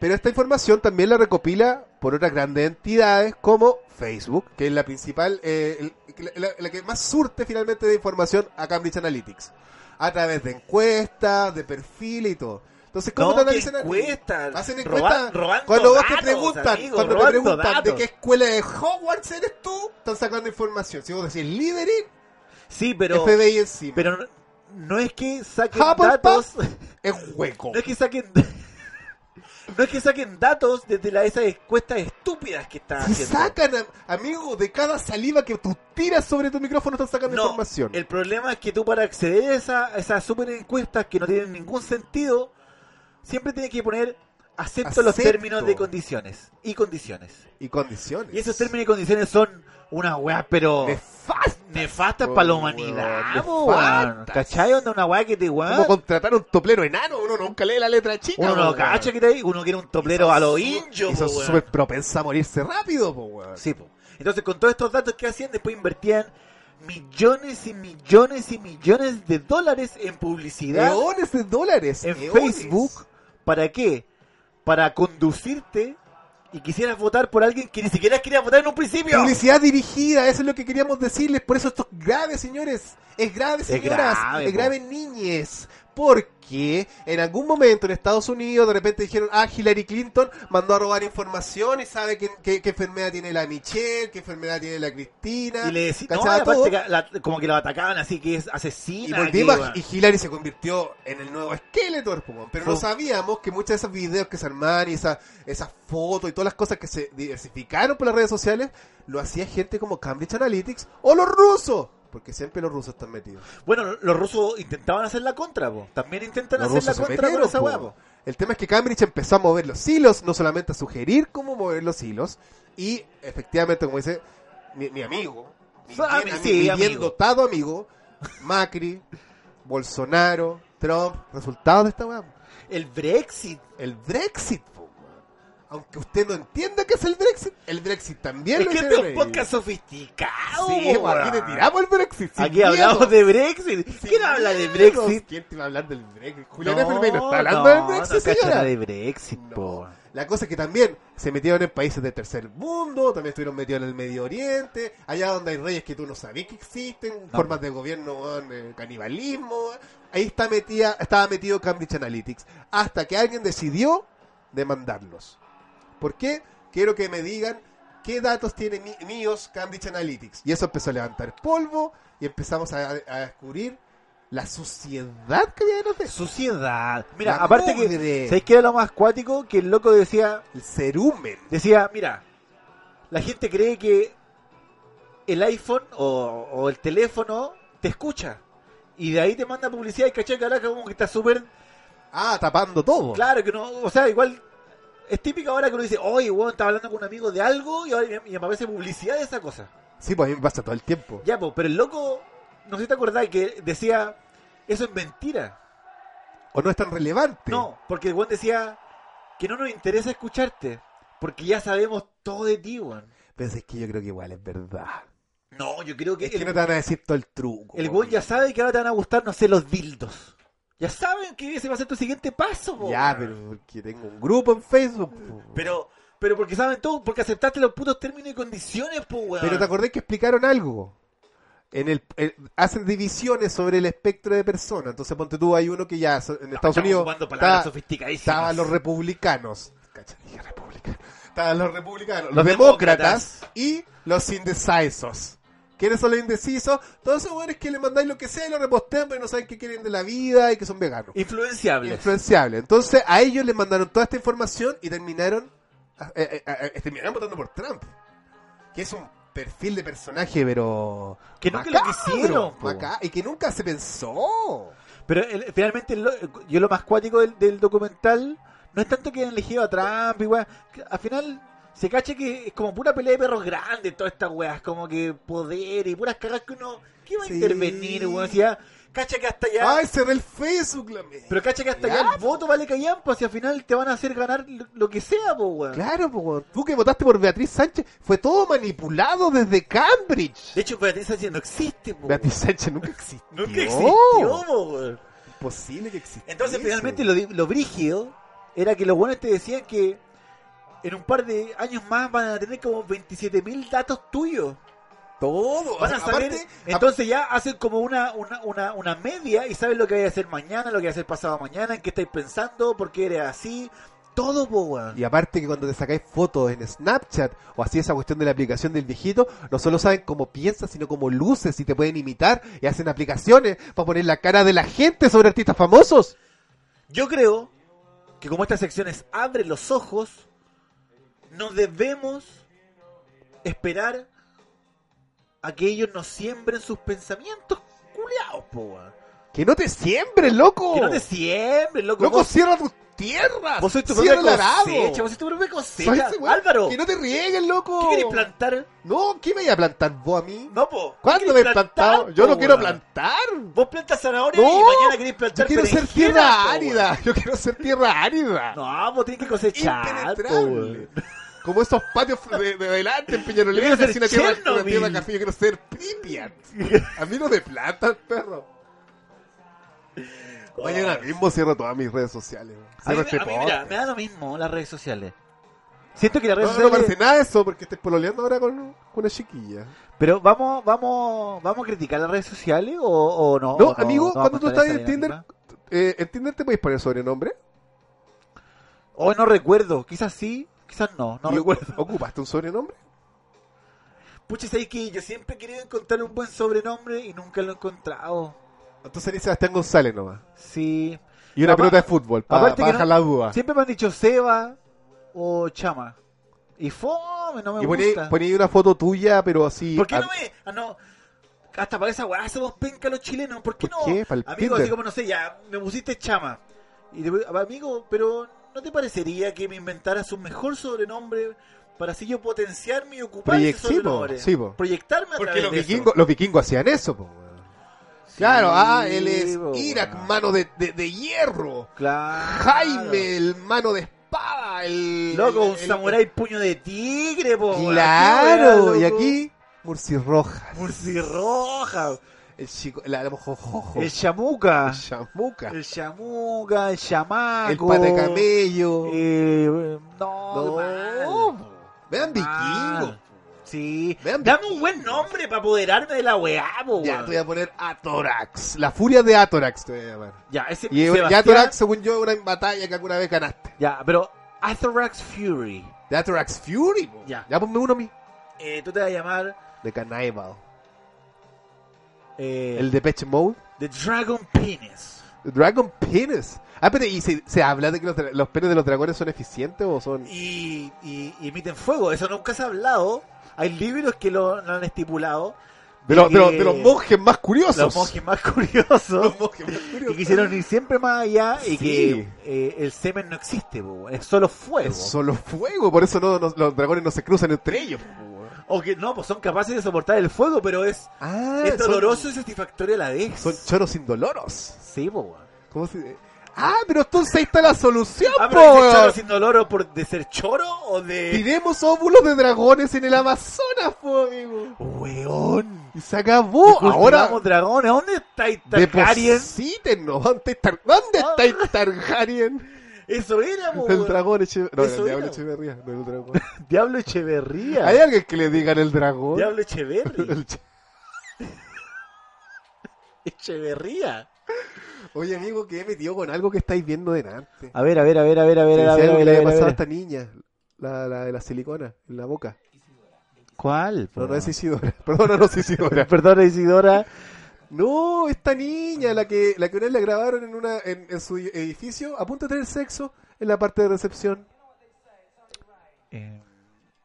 Speaker 1: pero esta información también la recopila por otras grandes entidades como Facebook, que es la principal, eh, el- la, la que más surte finalmente de información a Cambridge Analytics, a través de encuestas, de perfiles y todo. Entonces, ¿cómo te
Speaker 2: ¿Cómo no, que
Speaker 1: analizan? a ti?
Speaker 2: encuestas?
Speaker 1: Hacen
Speaker 2: roba-
Speaker 1: encuestas.
Speaker 2: robando
Speaker 1: Cuando vos
Speaker 2: datos,
Speaker 1: te preguntan,
Speaker 2: amigo,
Speaker 1: cuando te
Speaker 2: robando
Speaker 1: preguntan de
Speaker 2: datos.
Speaker 1: qué escuela de Hogwarts eres tú, están sacando información. Si vos decís Liderin,
Speaker 2: Sí, pero,
Speaker 1: FBI encima.
Speaker 2: pero no- no es que saquen
Speaker 1: Hufflepuff.
Speaker 2: datos.
Speaker 1: es hueco.
Speaker 2: [LAUGHS] No es que saquen. [LAUGHS] No es que saquen datos desde la, esas encuestas estúpidas que están
Speaker 1: Si
Speaker 2: haciendo.
Speaker 1: sacan, a- amigo, de cada saliva que tú tiras sobre tu micrófono están sacando
Speaker 2: No,
Speaker 1: información.
Speaker 2: el problema es que tú para acceder a, esa- a esas super encuestas que no tienen ningún sentido, siempre tienes que poner acepto, los
Speaker 1: Acepto.
Speaker 2: términos de condiciones y condiciones.
Speaker 1: Y condiciones.
Speaker 2: Y esos términos y condiciones son una weá, pero
Speaker 1: Nefastas.
Speaker 2: nefastas para la
Speaker 1: weón,
Speaker 2: humanidad.
Speaker 1: nefastas.
Speaker 2: po, weón. ¿Cachai? Onda una weá que te weá.
Speaker 1: Como contratar un toplero enano, uno nunca lee la letra chica.
Speaker 2: ¿Ah? Uno no
Speaker 1: po,
Speaker 2: cacha
Speaker 1: weón.
Speaker 2: que te hay, uno quiere un toplero a los indios.
Speaker 1: Y son
Speaker 2: po, weón.
Speaker 1: súper propensa a morirse rápido, po, weón.
Speaker 2: Sí, po. Entonces, con todos estos datos que hacían, después invertían millones y millones y millones de dólares en publicidad,
Speaker 1: Leones de dólares.
Speaker 2: en
Speaker 1: eones.
Speaker 2: Facebook. ¿Para qué? Para conducirte y quisieras votar por alguien que ni siquiera querías votar en un principio.
Speaker 1: Publicidad dirigida, eso es lo que queríamos decirles. Por eso esto es grave, señores. Es grave, señoras. Es
Speaker 2: grave,
Speaker 1: grave,
Speaker 2: po.
Speaker 1: niñes. Porque en algún momento en Estados Unidos de repente dijeron, ah, Hillary Clinton mandó a robar información y sabe qué, qué- qué enfermedad tiene la Michelle, qué enfermedad tiene la Cristina.
Speaker 2: Y le decían, no,
Speaker 1: cachaba
Speaker 2: y aparte
Speaker 1: todo.
Speaker 2: que la- como que lo atacaban así que es
Speaker 1: Y
Speaker 2: asesina. que,
Speaker 1: volvimos a-
Speaker 2: weón.
Speaker 1: y Hillary se convirtió en el nuevo Skeletor, po, weón. pero no
Speaker 2: Fue-
Speaker 1: sabíamos que muchos de esos videos que se armaban y esa- esas fotos y todas las cosas que se diversificaron por las redes sociales, lo hacía gente como Cambridge Analytics o los rusos, porque siempre los rusos están metidos.
Speaker 2: Bueno, los rusos intentaban hacer la contra, po. También intentan
Speaker 1: Los
Speaker 2: hacer la
Speaker 1: rusos se
Speaker 2: contra
Speaker 1: metieron,
Speaker 2: con esa
Speaker 1: po.
Speaker 2: weá, po.
Speaker 1: El tema es que Cambridge empezó a mover los hilos, no solamente a sugerir cómo mover los hilos, y efectivamente, como dice mi, mi amigo, mi bien,
Speaker 2: Ah,
Speaker 1: ami-
Speaker 2: sí,
Speaker 1: mi bien
Speaker 2: amigo.
Speaker 1: dotado amigo, Macri, Bolsonaro, Trump, resultado de esta weá.
Speaker 2: El Brexit.
Speaker 1: El Brexit, po, weón. aunque usted no entienda qué es el Brexit, el Brexit también
Speaker 2: Es
Speaker 1: lo
Speaker 2: que este es
Speaker 1: hicieron
Speaker 2: un
Speaker 1: ellos.
Speaker 2: podcast sofisticado.
Speaker 1: Sí,
Speaker 2: po,
Speaker 1: po, aquí te
Speaker 2: weón.
Speaker 1: tiramos el Brexit. sin
Speaker 2: Aquí
Speaker 1: miedo,
Speaker 2: hablamos de Brexit.
Speaker 1: sin
Speaker 2: ¿Quién habla de
Speaker 1: miedo.
Speaker 2: Brexit?
Speaker 1: ¿Quién te va a hablar del Brexit? Juliana Firmino está hablando del Brexit,
Speaker 2: no cacho
Speaker 1: señora.
Speaker 2: nada de Brexit, po.
Speaker 1: La cosa es que también se metieron en países del tercer mundo, también estuvieron metidos en el Medio Oriente, allá donde hay reyes que tú no sabías que existen, formas de gobierno, weón, eh, canibalismo. weón. Ahí está metida, estaba metido Cambridge Analytics, hasta que alguien decidió demandarlos. ¿Por qué? Quiero que me digan qué datos tiene mi- míos Cambridge Analytics. Y eso empezó a levantar polvo y empezamos a, a descubrir la suciedad que había detrás de eso.
Speaker 2: Suciedad. Mira,
Speaker 1: La
Speaker 2: aparte que.
Speaker 1: mugre.
Speaker 2: ¿Sabéis qué era lo más cuático? Que el loco decía.
Speaker 1: El cerumen.
Speaker 2: Decía, mira, la gente cree que el iPhone o, o el teléfono te escucha. Y de ahí te manda publicidad y caché que ahora como que está súper
Speaker 1: Ah, tapando todo.
Speaker 2: Claro que no, o sea, igual es típico ahora que uno dice, oye, weón, estaba hablando con un amigo de algo y ahora me- me aparece publicidad de esa cosa.
Speaker 1: Sí, pues a mí me pasa todo el tiempo.
Speaker 2: Ya, po, pero el loco, no sé si te acordás que decía, eso es mentira.
Speaker 1: O no es tan relevante.
Speaker 2: No, porque el weón decía que no nos interesa escucharte, porque ya sabemos todo de ti, weón.
Speaker 1: Pero es que yo creo que igual es verdad.
Speaker 2: No, yo creo que
Speaker 1: Es que
Speaker 2: el,
Speaker 1: no te van a decir todo el truco.
Speaker 2: el
Speaker 1: po.
Speaker 2: weón ya sabe que ahora te van a gustar, no sé, los dildos. Ya saben que ese va a ser tu siguiente paso, po,
Speaker 1: Ya,
Speaker 2: weón.
Speaker 1: pero porque tengo un grupo en Facebook. po.
Speaker 2: Pero, pero porque saben todo, porque aceptaste los putos términos y condiciones, po, weón.
Speaker 1: Pero te acordás que explicaron algo. En el, el- hacen divisiones sobre el espectro de personas. Entonces ponte tú, hay uno que ya so- en Estados
Speaker 2: Estamos
Speaker 1: Unidos
Speaker 2: ocupando palabras
Speaker 1: está-
Speaker 2: sofisticadísimas.
Speaker 1: estaban los republicanos. Cacha, dije republicanos. Estaban los republicanos, los,
Speaker 2: Los
Speaker 1: demócratas,
Speaker 2: demócratas.
Speaker 1: y los indecisos. ¿Quiénes son los indecisos? Todos esos hueones que le mandáis lo que sea y lo repostean, pero no saben qué quieren de la vida y que son veganos.
Speaker 2: Influenciables.
Speaker 1: influenciable. Entonces a ellos les mandaron toda esta información y terminaron eh, eh, eh, terminaron votando por Trump, que es un perfil de personaje, pero
Speaker 2: Que nunca lo quisieron, po.
Speaker 1: maca- y que nunca se pensó.
Speaker 2: Pero el- finalmente el lo- eh, yo lo más cuático del, del documental no es tanto que han elegido a Trump y weá. que Al final se cacha que es como pura pelea de perros grandes todas estas weas. Como que poder y puras cagas que uno... ¿Qué va a
Speaker 1: Sí.
Speaker 2: intervenir, weón? Si ya- cacha que hasta allá...
Speaker 1: Ay, cerré el Facebook, la mierda.
Speaker 2: pero cacha que hasta
Speaker 1: Ya,
Speaker 2: allá el voto vale callampa. Si al final te van a hacer ganar lo, lo que sea, po, weón.
Speaker 1: Claro, po, weón. tú que votaste por Beatriz Sánchez, fue todo manipulado desde Cambridge.
Speaker 2: De hecho, Beatriz Sánchez no existe, po,
Speaker 1: Beatriz
Speaker 2: weón.
Speaker 1: Sánchez nunca existió.
Speaker 2: Nunca existió, po, weón.
Speaker 1: Imposible que existiera.
Speaker 2: Entonces,
Speaker 1: eso.
Speaker 2: finalmente, lo, di- lo brígido era que los buenos te decían que en un par de años más van a tener como 27.000 datos tuyos.
Speaker 1: Todo.
Speaker 2: Van a saber,
Speaker 1: Aparte,
Speaker 2: entonces ya hacen como una, una, una, una media y saben lo que vais a hacer mañana, lo que vais a hacer pasado mañana, en qué estáis pensando, por qué eres así. Todo, po, weón.
Speaker 1: Y aparte que cuando te sacáis fotos en Snapchat o así esa cuestión de la aplicación del viejito, no solo saben cómo piensas, sino cómo luces y te pueden imitar y hacen aplicaciones para poner la cara de la gente sobre artistas famosos.
Speaker 2: Yo creo que como estas secciones abren los ojos, no debemos esperar a que ellos nos siembren sus pensamientos culiados, po, weón.
Speaker 1: Que no te siembres, loco.
Speaker 2: Que no te siembren, loco.
Speaker 1: Oh. Loco,
Speaker 2: vos-
Speaker 1: cierra tus tierras.
Speaker 2: Vos sois tu
Speaker 1: Cierra
Speaker 2: propia
Speaker 1: el arado.
Speaker 2: cosecha, vos sois tu propia
Speaker 1: Soy
Speaker 2: cosecha.
Speaker 1: ese weón.
Speaker 2: Álvaro,
Speaker 1: Que
Speaker 2: ¿qué
Speaker 1: no te riegues, loco.
Speaker 2: querés plantar?
Speaker 1: No, ¿qué me voy a plantar vos a mí?
Speaker 2: No, po. ¿Qué
Speaker 1: ¿Cuándo
Speaker 2: querés
Speaker 1: me he plantado?
Speaker 2: plantar,
Speaker 1: Yo
Speaker 2: po,
Speaker 1: no quiero
Speaker 2: weón?
Speaker 1: plantar.
Speaker 2: Vos plantas zanahoria
Speaker 1: No,
Speaker 2: y mañana querés
Speaker 1: Yo
Speaker 2: plantar
Speaker 1: quiero ser
Speaker 2: berenjena, po,
Speaker 1: tierra
Speaker 2: weón.
Speaker 1: árida. Yo quiero ser tierra árida.
Speaker 2: No, vos tenés que cosechar, po,
Speaker 1: impenetrable.
Speaker 2: weón.
Speaker 1: Como esos patios de, de adelante en Peñarolera,
Speaker 2: Yo quiero ser
Speaker 1: así una tierra, una
Speaker 2: Chernobyl.
Speaker 1: tierra café, yo quiero ser Pripyat. A mí no me plantan, perro. Mañana mismo cierro todas mis redes sociales.
Speaker 2: A mí,
Speaker 1: Cierro este
Speaker 2: a mí, mira,
Speaker 1: podcast.
Speaker 2: me da lo mismo las redes sociales. Siento que las redes
Speaker 1: No, no
Speaker 2: sociales...
Speaker 1: parece nada eso, porque estés pololeando ahora con, con una chiquilla.
Speaker 2: Pero vamos, vamos, vamos a criticar las redes sociales o, o no.
Speaker 1: No,
Speaker 2: ¿O
Speaker 1: amigo,
Speaker 2: vamos
Speaker 1: cuando
Speaker 2: a
Speaker 1: tú
Speaker 2: contar
Speaker 1: estás
Speaker 2: esa
Speaker 1: en Tinder,
Speaker 2: dinámica?
Speaker 1: eh, ¿en Tinder te podéis poner sobrenombre?
Speaker 2: Hoy no recuerdo, quizás sí, quizás no, no
Speaker 1: ¿Y
Speaker 2: recuerdo.
Speaker 1: [LAUGHS] ¿Ocupaste un sobrenombre?
Speaker 2: Pucha, sabes que yo siempre he querido encontrar un buen sobrenombre y nunca lo he encontrado.
Speaker 1: Entonces eres Sebastián González nomás.
Speaker 2: Sí.
Speaker 1: Y una
Speaker 2: Apa-
Speaker 1: pelota de fútbol, para
Speaker 2: aparte que
Speaker 1: bajar
Speaker 2: no-
Speaker 1: la duda.
Speaker 2: Siempre me han dicho Seba o Chama. Y fome, no me
Speaker 1: Y poní,
Speaker 2: gusta.
Speaker 1: poní una foto tuya, pero así.
Speaker 2: ¿Por qué
Speaker 1: a-
Speaker 2: no me.? ah, no. Hasta para esa weá somos penca los chilenos. ¿Por qué
Speaker 1: ¿Por
Speaker 2: no?
Speaker 1: qué? Pa'l
Speaker 2: Amigo,
Speaker 1: Tinder.
Speaker 2: así como no sé, ya me pusiste chama. Y te voy- amigo, pero ¿no te parecería que me inventaras un mejor sobrenombre para así yo potenciarme y ocupar ese
Speaker 1: Proyec- sí, po,
Speaker 2: sobrenombre?
Speaker 1: sí, po.
Speaker 2: Proyectarme a
Speaker 1: Porque
Speaker 2: través
Speaker 1: los
Speaker 2: de eso.
Speaker 1: vikingos, los vikingos hacían eso, po, weón. Claro,
Speaker 2: Sí,
Speaker 1: ah, él es
Speaker 2: po,
Speaker 1: Irak,
Speaker 2: weón.
Speaker 1: mano de, de- de hierro.
Speaker 2: Claro.
Speaker 1: Jaime, el mano de espada. El,
Speaker 2: Loco,
Speaker 1: el-
Speaker 2: un
Speaker 1: el-
Speaker 2: samurái puño de tigre, po. weón.
Speaker 1: Claro,
Speaker 2: Qué
Speaker 1: y
Speaker 2: weá, loco.
Speaker 1: aquí, Murci Rojas.
Speaker 2: Murciroja,
Speaker 1: El chico, el, el mojojojo.
Speaker 2: el chamuca,
Speaker 1: el chamuca.
Speaker 2: el chamuca, el chamaco,
Speaker 1: El pata de camello.
Speaker 2: Eh, no,
Speaker 1: no,
Speaker 2: mal.
Speaker 1: po. vean vikingos.
Speaker 2: Mal. Sí.
Speaker 1: Vean
Speaker 2: Dame
Speaker 1: vikingos.
Speaker 2: un buen nombre para apoderarme de la weá, po,
Speaker 1: Ya,
Speaker 2: weón.
Speaker 1: te voy a poner Atorax. La furia de Atorax te voy a llamar.
Speaker 2: Ya, ese
Speaker 1: Y, eh, y
Speaker 2: Sebastián-
Speaker 1: Atorax, según yo, una batalla que alguna vez ganaste.
Speaker 2: Ya, pero Atherax Fury.
Speaker 1: De Atorax Fury, po.
Speaker 2: Ya.
Speaker 1: Ya ponme uno a mí.
Speaker 2: Eh, tú te vas a llamar
Speaker 1: De Cannibal.
Speaker 2: eh,
Speaker 1: El de Patch Mode.
Speaker 2: The Dragon Penis.
Speaker 1: Dragon Penis. Ah, pero ¿y se, se habla de que los, dra- los penes de los dragones son eficientes o son...?
Speaker 2: Y, y, y emiten fuego. Eso nunca se ha hablado. Hay libros que lo, lo han estipulado. Eh,
Speaker 1: De, los- de los-
Speaker 2: que-
Speaker 1: de los monjes más curiosos.
Speaker 2: Los monjes más curiosos.
Speaker 1: Los monjes más curiosos.
Speaker 2: Y quisieron ir siempre más allá y
Speaker 1: Sí.
Speaker 2: que eh, el semen no existe, po, es solo fuego.
Speaker 1: Es solo fuego, por eso no, no- los dragones no se cruzan entre ellos.
Speaker 2: O que no, pues son capaces de soportar el fuego, pero es,
Speaker 1: Ah,
Speaker 2: es
Speaker 1: son-
Speaker 2: doloroso y satisfactorio a la vez.
Speaker 1: Son, choros indoloros.
Speaker 2: Sí, po, weón.
Speaker 1: ¿Cómo se...? Ah, pero entonces ahí está la solución,
Speaker 2: Ah,
Speaker 1: po,
Speaker 2: pero dice
Speaker 1: weón.
Speaker 2: choro sin dolor por de ser choro o de.
Speaker 1: Tiremos óvulos de dragones en el Amazonas, po, amigo.
Speaker 2: Weón.
Speaker 1: Y se acabó. Ahora...
Speaker 2: Cultivamos dragones. ¿Dónde está Targaryen? Ah.
Speaker 1: Deposítenos. ¿Dónde está, dónde está el Targaryen?
Speaker 2: Eso era, po,
Speaker 1: El
Speaker 2: weón.
Speaker 1: dragón Echeverría. No, era el
Speaker 2: Oh, Eso
Speaker 1: diablo
Speaker 2: era.
Speaker 1: Echeverría. No era el
Speaker 2: [LAUGHS]
Speaker 1: dragón.
Speaker 2: Diablo Echeverría.
Speaker 1: ¿Hay alguien que le digan el dragón? [LAUGHS]
Speaker 2: Diablo Echeverría.
Speaker 1: El che-
Speaker 2: Echeverría.
Speaker 1: Oye, amigo, que he metido con algo que estáis viendo delante.
Speaker 2: A ver, a ver, a ver, a ver, a
Speaker 1: Que
Speaker 2: ver,
Speaker 1: decía
Speaker 2: a ver, a
Speaker 1: algo que
Speaker 2: ver,
Speaker 1: le
Speaker 2: a
Speaker 1: había
Speaker 2: ver, a
Speaker 1: pasado a
Speaker 2: ver.
Speaker 1: esta niña. La, la de la silicona en la boca.
Speaker 2: ¿Cuál? po,
Speaker 1: No, no es [LAUGHS]
Speaker 2: weón?
Speaker 1: Isidora. Perdón, no, no es Isidora.
Speaker 2: Perdona, Isidora.
Speaker 1: No, esta niña, la que, la que una vez la grabaron en, una, en, en su edificio, a punto de tener sexo en la parte de recepción.
Speaker 2: Eh,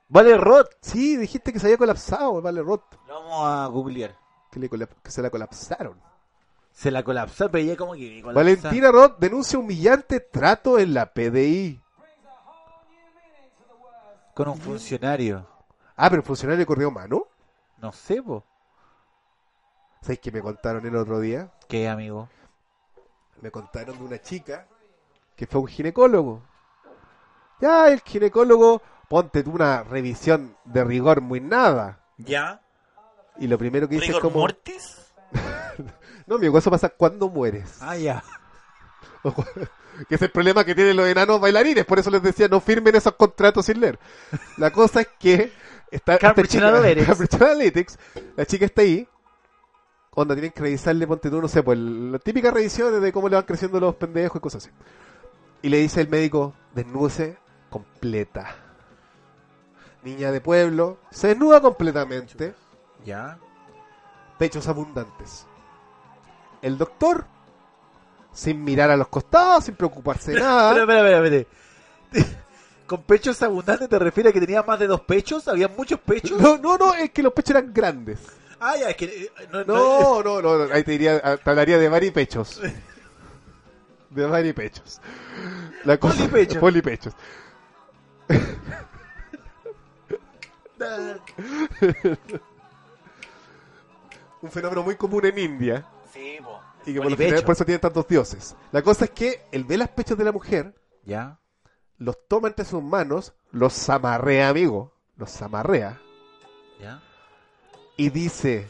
Speaker 2: Vale, Rod.
Speaker 1: Sí, dijiste que se había colapsado, vale, Rod.
Speaker 2: Lo vamos a googlear.
Speaker 1: Que, le colap- que se la colapsaron.
Speaker 2: Se la colapsó, pero ella como que colapsa.
Speaker 1: Valentina Roth denuncia humillante trato en la PDI.
Speaker 2: Con un funcionario.
Speaker 1: Ah, pero el funcionario corrió mano.
Speaker 2: No sé, po.
Speaker 1: ¿Sabes qué me contaron el otro día?
Speaker 2: ¿Qué, amigo?
Speaker 1: Me contaron de una chica que fue a un ginecólogo. Ya, el ginecólogo, ponte tú una revisión de rigor muy nada.
Speaker 2: ¿Ya?
Speaker 1: Y lo primero que dice es
Speaker 2: ¿Rigor
Speaker 1: como...
Speaker 2: mortis?
Speaker 1: No, mi eso pasa cuando mueres.
Speaker 2: Ah, ya.
Speaker 1: O cu- [LAUGHS] que es el problema que tienen los enanos bailarines, por eso les decía no firmen esos contratos sin leer. La cosa es que Está,
Speaker 2: Cambridge
Speaker 1: esta chica- [LAUGHS]
Speaker 2: Analytics.
Speaker 1: Cambridge Analytics, La chica está ahí. Onda, tienen que revisarle, ponte tú, no sé, pues la típica revisión de cómo le van creciendo los pendejos y cosas así. Y le dice el médico, desnúdese completa. Niña de pueblo, se desnuda completamente,
Speaker 2: Ya.
Speaker 1: pechos abundantes. El doctor, sin mirar a los costados, sin preocuparse de nada.
Speaker 2: Espera, espera, espera, espera. [LAUGHS] ¿Con pechos abundantes te refieres a que tenía más de dos pechos? ¿Había muchos pechos?
Speaker 1: No, no, no, es que los pechos eran grandes.
Speaker 2: Ah, ya, es que... eh, No, no,
Speaker 1: No, no, no, no, ahí te diría, ah, te hablaría de varipechos. De varipechos. La cosa,
Speaker 2: Polipechos.
Speaker 1: polipechos. Un fenómeno muy común en India.
Speaker 2: Sí, po.
Speaker 1: Y que por, lo
Speaker 2: Polipecho.
Speaker 1: general pues- por eso tienen tantos dioses. La cosa es que él ve las pechos de la mujer,
Speaker 2: Ya.
Speaker 1: los toma entre sus manos, los amarrea, amigo. Los amarrea.
Speaker 2: Ya.
Speaker 1: y dice,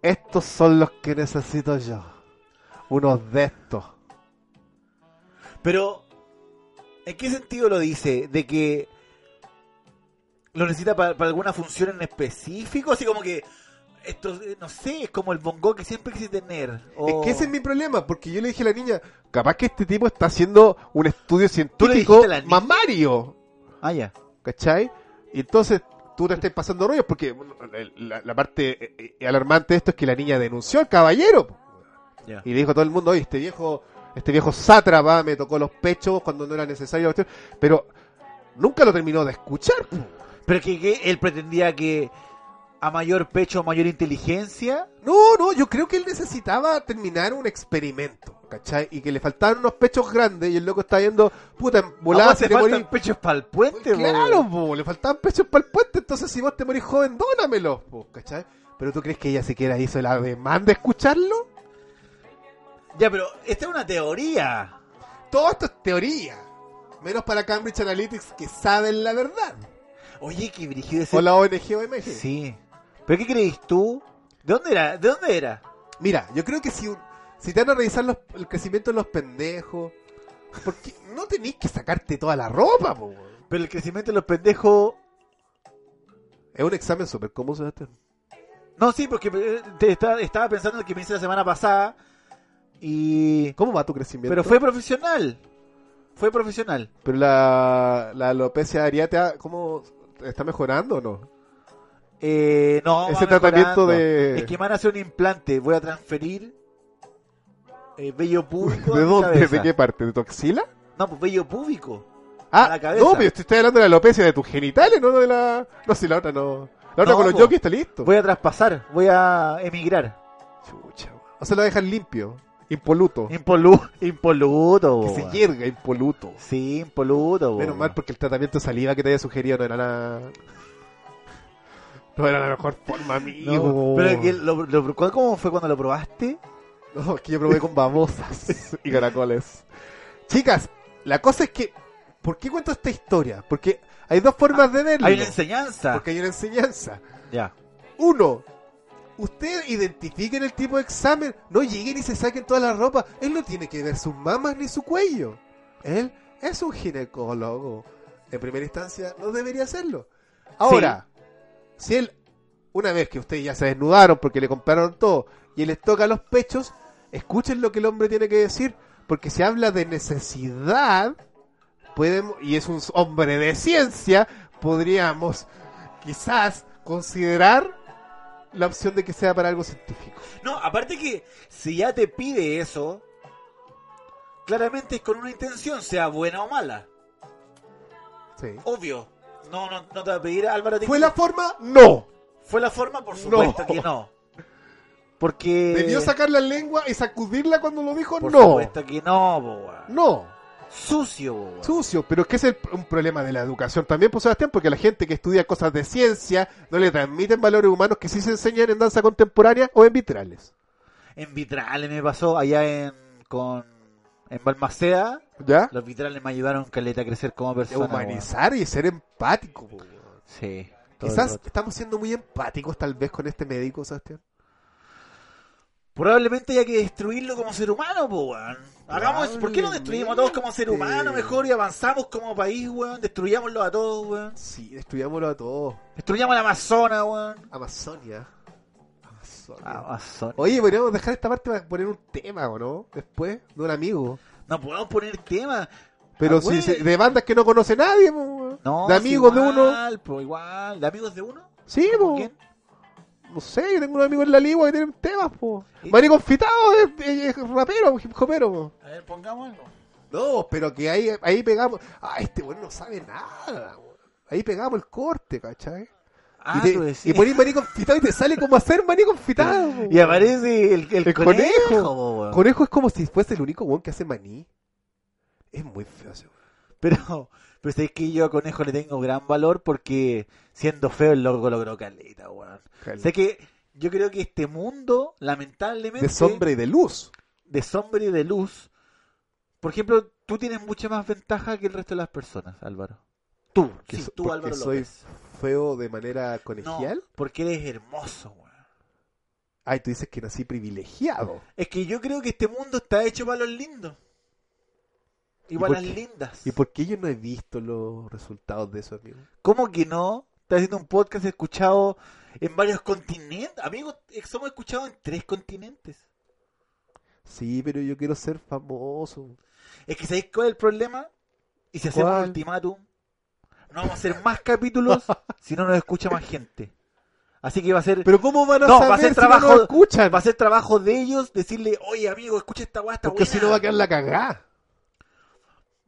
Speaker 1: estos son los que necesito yo, unos de estos.
Speaker 2: Pero, ¿en qué sentido lo dice? ¿De que lo necesita pa- para, alguna función en específico? Así como que, esto, eh, no sé, es como el bongo que siempre quise tener. o-
Speaker 1: Es que ese es mi problema, porque yo le dije a la niña, capaz que este tipo está haciendo un estudio científico
Speaker 2: dijiste a la niña?
Speaker 1: mamario,
Speaker 2: Ah, ya.
Speaker 1: ¿cachai? Y entonces tú te estás pasando rollos, porque bueno, la, la parte eh, eh, alarmante de esto es que la niña denunció al caballero.
Speaker 2: ya.
Speaker 1: Y le dijo a todo el mundo, oye, este viejo, este viejo sátrapa me tocó los pechos cuando no era necesario, pero nunca lo terminó de escuchar. po.
Speaker 2: Pero que, que él pretendía que a mayor pecho, mayor inteligencia.
Speaker 1: No, no, yo creo que él necesitaba terminar un experimento, ¿cachai? Y que le faltaban unos pechos grandes y el loco está yendo, puta, en volada
Speaker 2: Ahora
Speaker 1: si
Speaker 2: se
Speaker 1: te
Speaker 2: faltan
Speaker 1: morís.
Speaker 2: pechos para el puente, po,
Speaker 1: Claro,
Speaker 2: weón.
Speaker 1: po, le faltaban pechos para el puente, entonces si vos te morís joven, dónamelos, po, ¿cachai? Pero tú crees que ella siquiera hizo la demanda de escucharlo?
Speaker 2: Ya, pero esta es una teoría.
Speaker 1: Todo esto es teoría. Menos para Cambridge Analytics que saben la verdad.
Speaker 2: Oye, qué brígido ese...
Speaker 1: O la ONG o MG.
Speaker 2: Sí. ¿Pero qué crees tú? ¿De dónde era? ¿De dónde era?
Speaker 1: Mira, yo creo que si, un- si te van a revisar los- el crecimiento de los pendejos, porque no tenés que sacarte toda la ropa, po. weón.
Speaker 2: Pero el crecimiento de los pendejos
Speaker 1: Es un examen súper común, Sebastián.
Speaker 2: No, sí, porque eh, te está- estaba pensando en el que me hice la semana pasada. Y.
Speaker 1: ¿Cómo va tu crecimiento?
Speaker 2: Pero fue profesional. Fue profesional.
Speaker 1: Pero la, la alopecia areata, ¿cómo está mejorando o no?
Speaker 2: Eh, no,
Speaker 1: Ese
Speaker 2: va mejorando.
Speaker 1: tratamiento de-
Speaker 2: Es que me van a hacer un implante. Voy a transferir. eh, vello púbico.
Speaker 1: [LAUGHS]
Speaker 2: a
Speaker 1: ¿De
Speaker 2: mi
Speaker 1: dónde?
Speaker 2: cabeza.
Speaker 1: ¿De qué parte? ¿De tu axila?
Speaker 2: No, pues vello púbico.
Speaker 1: Ah,
Speaker 2: A la cabeza.
Speaker 1: no, pero te estoy hablando de la alopecia de tus genitales, no de la. No, si la otra no. La otra
Speaker 2: No,
Speaker 1: con los
Speaker 2: po.
Speaker 1: jockeys está listo.
Speaker 2: Voy a traspasar. Voy a emigrar.
Speaker 1: Chucha, weón. o sea, lo dejan limpio, impoluto.
Speaker 2: Impolu- [LAUGHS] impoluto.
Speaker 1: Oh. que
Speaker 2: bo,
Speaker 1: se
Speaker 2: weón.
Speaker 1: hierga, impoluto.
Speaker 2: Sí, impoluto. bo,
Speaker 1: Menos
Speaker 2: weón.
Speaker 1: mal porque el tratamiento de saliva que te había sugerido no era la. No era la mejor forma, amigo.
Speaker 2: No, pero que lo- lo- ¿Cómo fue cuando lo probaste?
Speaker 1: [LAUGHS] No, es que yo probé con babosas [LAUGHS] y caracoles. Chicas, la cosa es que, ¿por qué cuento esta historia? Porque hay dos formas de verlo.
Speaker 2: Hay una enseñanza.
Speaker 1: Porque hay una enseñanza.
Speaker 2: Ya.
Speaker 1: Uno, ustedes identifiquen el tipo de examen, no lleguen y se saquen toda la ropa. Él no tiene que ver sus mamas ni su cuello. Él es un ginecólogo. En primera instancia, no debería hacerlo. Ahora, si él, una vez que ustedes ya se desnudaron porque le compraron todo y él les toca los pechos, escuchen lo que el hombre tiene que decir, porque se habla de necesidad, podemos, y es un hombre de ciencia, podríamos quizás considerar la opción de que sea para algo científico.
Speaker 2: No, aparte que si ya te pide eso, claramente es con una intención, sea buena o mala.
Speaker 1: Sí.
Speaker 2: Obvio. No, no, no te va a pedir Álvaro.
Speaker 1: ¿Fue
Speaker 2: Dickinson.
Speaker 1: la forma? No.
Speaker 2: ¿Fue la forma, por supuesto
Speaker 1: No.
Speaker 2: que no. Porque.
Speaker 1: ¿Debió sacar la lengua y sacudirla cuando lo dijo?
Speaker 2: Por
Speaker 1: no.
Speaker 2: supuesto que no, boba.
Speaker 1: No.
Speaker 2: Sucio, boba.
Speaker 1: Sucio, pero es que es el- un problema de la educación también, pues Sebastián, porque la gente que estudia cosas de ciencia no le transmiten valores humanos que sí se enseñan en danza contemporánea o en vitrales.
Speaker 2: en vitrales me pasó allá en. con. en Balmaceda.
Speaker 1: ¿Ya?
Speaker 2: Los vitrales me ayudaron caleta a crecer como
Speaker 1: De
Speaker 2: persona. boba.
Speaker 1: humanizar y ser empático. po, weón.
Speaker 2: Sí. todo el
Speaker 1: Quizás
Speaker 2: rato.
Speaker 1: estamos siendo muy empáticos tal vez con este médico, Sebastián.
Speaker 2: Probablemente haya que destruirlo como ser humano, po, weón. Hagamos, ¿Por qué no destruimos a todos como ser humano mejor y avanzamos como país, weón? Destruyámoslo a todos, weón.
Speaker 1: Sí, destruyámoslo a todos.
Speaker 2: Destruyamos la Amazona, weón.
Speaker 1: Amazonia. Amazonia.
Speaker 2: Ah, Amazona.
Speaker 1: Oye, podríamos dejar esta parte para poner un tema, ¿o no? Después, de un amigo.
Speaker 2: No podemos poner tema.
Speaker 1: Pero
Speaker 2: Ah,
Speaker 1: si
Speaker 2: güey.
Speaker 1: se- de bandas que no conoce nadie, po, weón.
Speaker 2: No,
Speaker 1: de
Speaker 2: es
Speaker 1: amigos de uno.
Speaker 2: igual, po, igual. ¿De amigos de uno?
Speaker 1: Sí,
Speaker 2: ¿Con
Speaker 1: po.
Speaker 2: quién?
Speaker 1: No sé, yo tengo un amigo en la ligua que tienen temas, po.
Speaker 2: ¿Y?
Speaker 1: Maricón Fitado es, es rapero, hip hopero, po.
Speaker 2: A ver, pongamos algo.
Speaker 1: No, pero que ahí, ahí pegamos. Ah, este weón no sabe nada, weón. Ahí pegamos el corte, ¿cachai?
Speaker 2: Ah,
Speaker 1: y,
Speaker 2: tú
Speaker 1: te,
Speaker 2: decís.
Speaker 1: y ponís maní confitado y te sale como hacer maní [LAUGHS] confitado. po.
Speaker 2: [LAUGHS] Y aparece el, el,
Speaker 1: El
Speaker 2: conejo,
Speaker 1: conejo.
Speaker 2: po, weón.
Speaker 1: Conejo es como si fuese el único weón que hace maní. Es muy feo ese weón.
Speaker 2: Pero, pero sabéis que yo a conejo le tengo gran valor porque siendo feo el loco logró caleta, weón. O sea que yo creo que este mundo, lamentablemente,
Speaker 1: De sombra y de luz.
Speaker 2: de sombra y de luz, por ejemplo, tú tienes mucha más ventaja que el resto de las personas, Álvaro. Tú,
Speaker 1: Que
Speaker 2: sí,
Speaker 1: so-
Speaker 2: tú,
Speaker 1: porque
Speaker 2: Álvaro
Speaker 1: soy
Speaker 2: López.
Speaker 1: Feo de manera
Speaker 2: No,
Speaker 1: colegial.
Speaker 2: porque eres hermoso, weón.
Speaker 1: Ay, tú dices que nací privilegiado.
Speaker 2: Es que yo creo que este mundo está hecho para los lindos. Y,
Speaker 1: ¿Y
Speaker 2: para
Speaker 1: por
Speaker 2: las
Speaker 1: qué?
Speaker 2: lindas.
Speaker 1: ¿Y por qué yo no he visto los resultados de eso, amigo?
Speaker 2: ¿Cómo que no? Estás haciendo un podcast escuchado en varios continentes. Amigos, eh, somos escuchados en tres continentes.
Speaker 1: Sí, pero yo quiero ser famoso.
Speaker 2: Es que ¿sabéis cuál es el problema? Y si hacemos
Speaker 1: ¿Cuál?
Speaker 2: ultimátum, no vamos a hacer más
Speaker 1: [LAUGHS]
Speaker 2: capítulos si no nos escucha más gente. Así que va a ser
Speaker 1: Pero ¿cómo van a
Speaker 2: No, va a
Speaker 1: saber
Speaker 2: ser
Speaker 1: si no nos
Speaker 2: trabajo-
Speaker 1: escuchan?
Speaker 2: va a ser trabajo de ellos decirle, oye amigo, escucha esta weá, está
Speaker 1: Porque si no va
Speaker 2: buena".
Speaker 1: a quedar la cagada.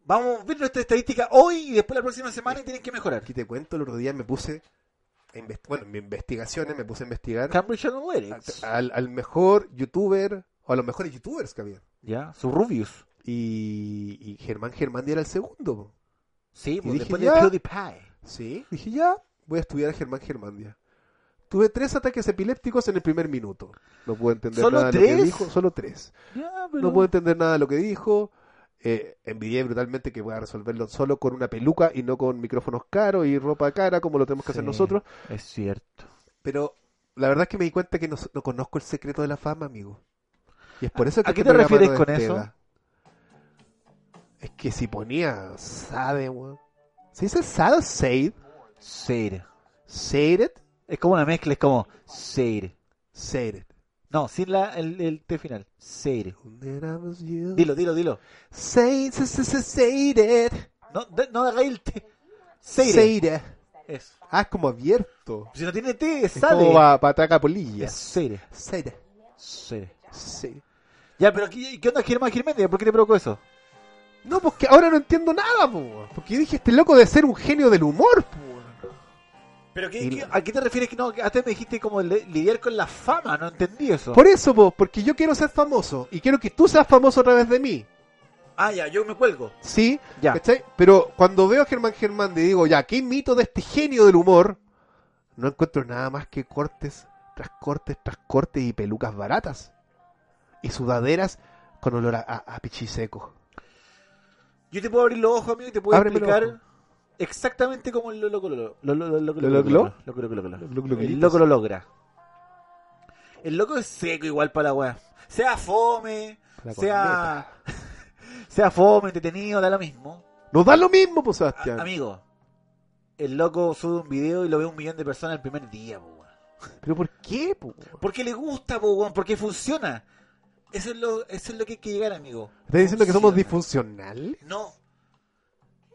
Speaker 2: Vamos a ver nuestra estadística hoy y después la próxima semana y tienen que mejorar.
Speaker 1: Aquí te cuento, el otro día me puse, a invest- bueno, en mis investigaciones me puse a investigar
Speaker 2: Cambridge Analytics.
Speaker 1: al, al mejor youtuber, o a los mejores youtubers que había.
Speaker 2: Ya, su Rubius.
Speaker 1: Y, y Germán Germán era el segundo. po.
Speaker 2: Sí, pues,
Speaker 1: dije,
Speaker 2: después
Speaker 1: "Ya".
Speaker 2: de PewDiePie.
Speaker 1: Sí, dije ya, voy a estudiar a Germán Germandia. Tuve tres ataques epilépticos en el primer minuto. No pude entender
Speaker 2: ¿Solo
Speaker 1: nada de lo
Speaker 2: tres?
Speaker 1: que dijo. Solo tres.
Speaker 2: Ya,
Speaker 1: No pude entender nada de lo que dijo. Eh, envidié brutalmente que pueda resolverlo solo con una peluca y no con micrófonos caros y ropa cara como lo tenemos que hacer
Speaker 2: Sí,
Speaker 1: nosotros.
Speaker 2: Es cierto.
Speaker 1: Pero la verdad es que me di cuenta que no, no conozco el secreto de la fama, amigo. Y es por eso que
Speaker 2: ¿A qué
Speaker 1: este
Speaker 2: te
Speaker 1: programa
Speaker 2: refieres
Speaker 1: no
Speaker 2: con eso?
Speaker 1: despega. Es que si ponía Sade, weón. ¿Se dice Sade? Sade.
Speaker 2: Seir.
Speaker 1: Sade.
Speaker 2: Es como una mezcla, es como Seir.
Speaker 1: Sade.
Speaker 2: No, sin la, el, el T final. Seir.
Speaker 1: Dilo.
Speaker 2: Dilo, dilo, dilo.
Speaker 1: Sade. Sade.
Speaker 2: No, de- no hagáis el T. Seir.
Speaker 1: Sade.
Speaker 2: Eso.
Speaker 1: Ah, es como abierto.
Speaker 2: Si no tiene T, es
Speaker 1: Es
Speaker 2: sale.
Speaker 1: como pa- pataca polilla.
Speaker 2: Es Seir.
Speaker 1: Sade.
Speaker 2: Seir.
Speaker 1: Sade.
Speaker 2: Ya, pero ¿qué, qué onda Germán Jiménez? ¿Por qué te provocó eso?
Speaker 1: No, porque ahora no entiendo nada, po. Porque yo dije, este loco de ser un genio del humor, po.
Speaker 2: ¿Pero qué,
Speaker 1: Y-
Speaker 2: qué- ¿A qué te refieres que no? que Antes me dijiste como li- lidiar con la fama, no entendí eso.
Speaker 1: Por eso, po, porque yo quiero ser famoso y quiero que tú seas famoso a través de mí.
Speaker 2: Ah, ya, yo me cuelgo.
Speaker 1: ¿Sí?
Speaker 2: Ya.
Speaker 1: ¿Cachai? Pero cuando veo a Germán Germán y digo, ya, ¿qué mito de este genio del humor? No encuentro nada más que cortes tras cortes tras cortes y pelucas baratas. Y sudaderas con olor a, a, a pichiseco.
Speaker 2: Yo te puedo abrir los ojos, amigo, y te puedo
Speaker 1: Ábreme los
Speaker 2: explicar exactamente cómo el loco lo logra. Lo lo- lo- lo-
Speaker 1: ¿Lo
Speaker 2: lo-
Speaker 1: logró?
Speaker 2: lo- lo- lo- lo- lo-
Speaker 1: Lo- lo-
Speaker 2: El loco lo logra. El loco es seco igual para la weá. Sea fome,
Speaker 1: La
Speaker 2: sea. [LAUGHS] sea fome, entretenido, da lo mismo.
Speaker 1: Nos da lo mismo, pues,
Speaker 2: A-
Speaker 1: Sebastián.
Speaker 2: amigo, el loco sube un video y lo ve un millón de personas el primer día, po, weón.
Speaker 1: Pero ¿por qué, po? Estás
Speaker 2: Porque le gusta, po, weón, porque funciona. Eso es lo, eso es lo que hay que llegar, amigo.
Speaker 1: diciendo que somos
Speaker 2: Funciona.
Speaker 1: disfuncionales?
Speaker 2: No.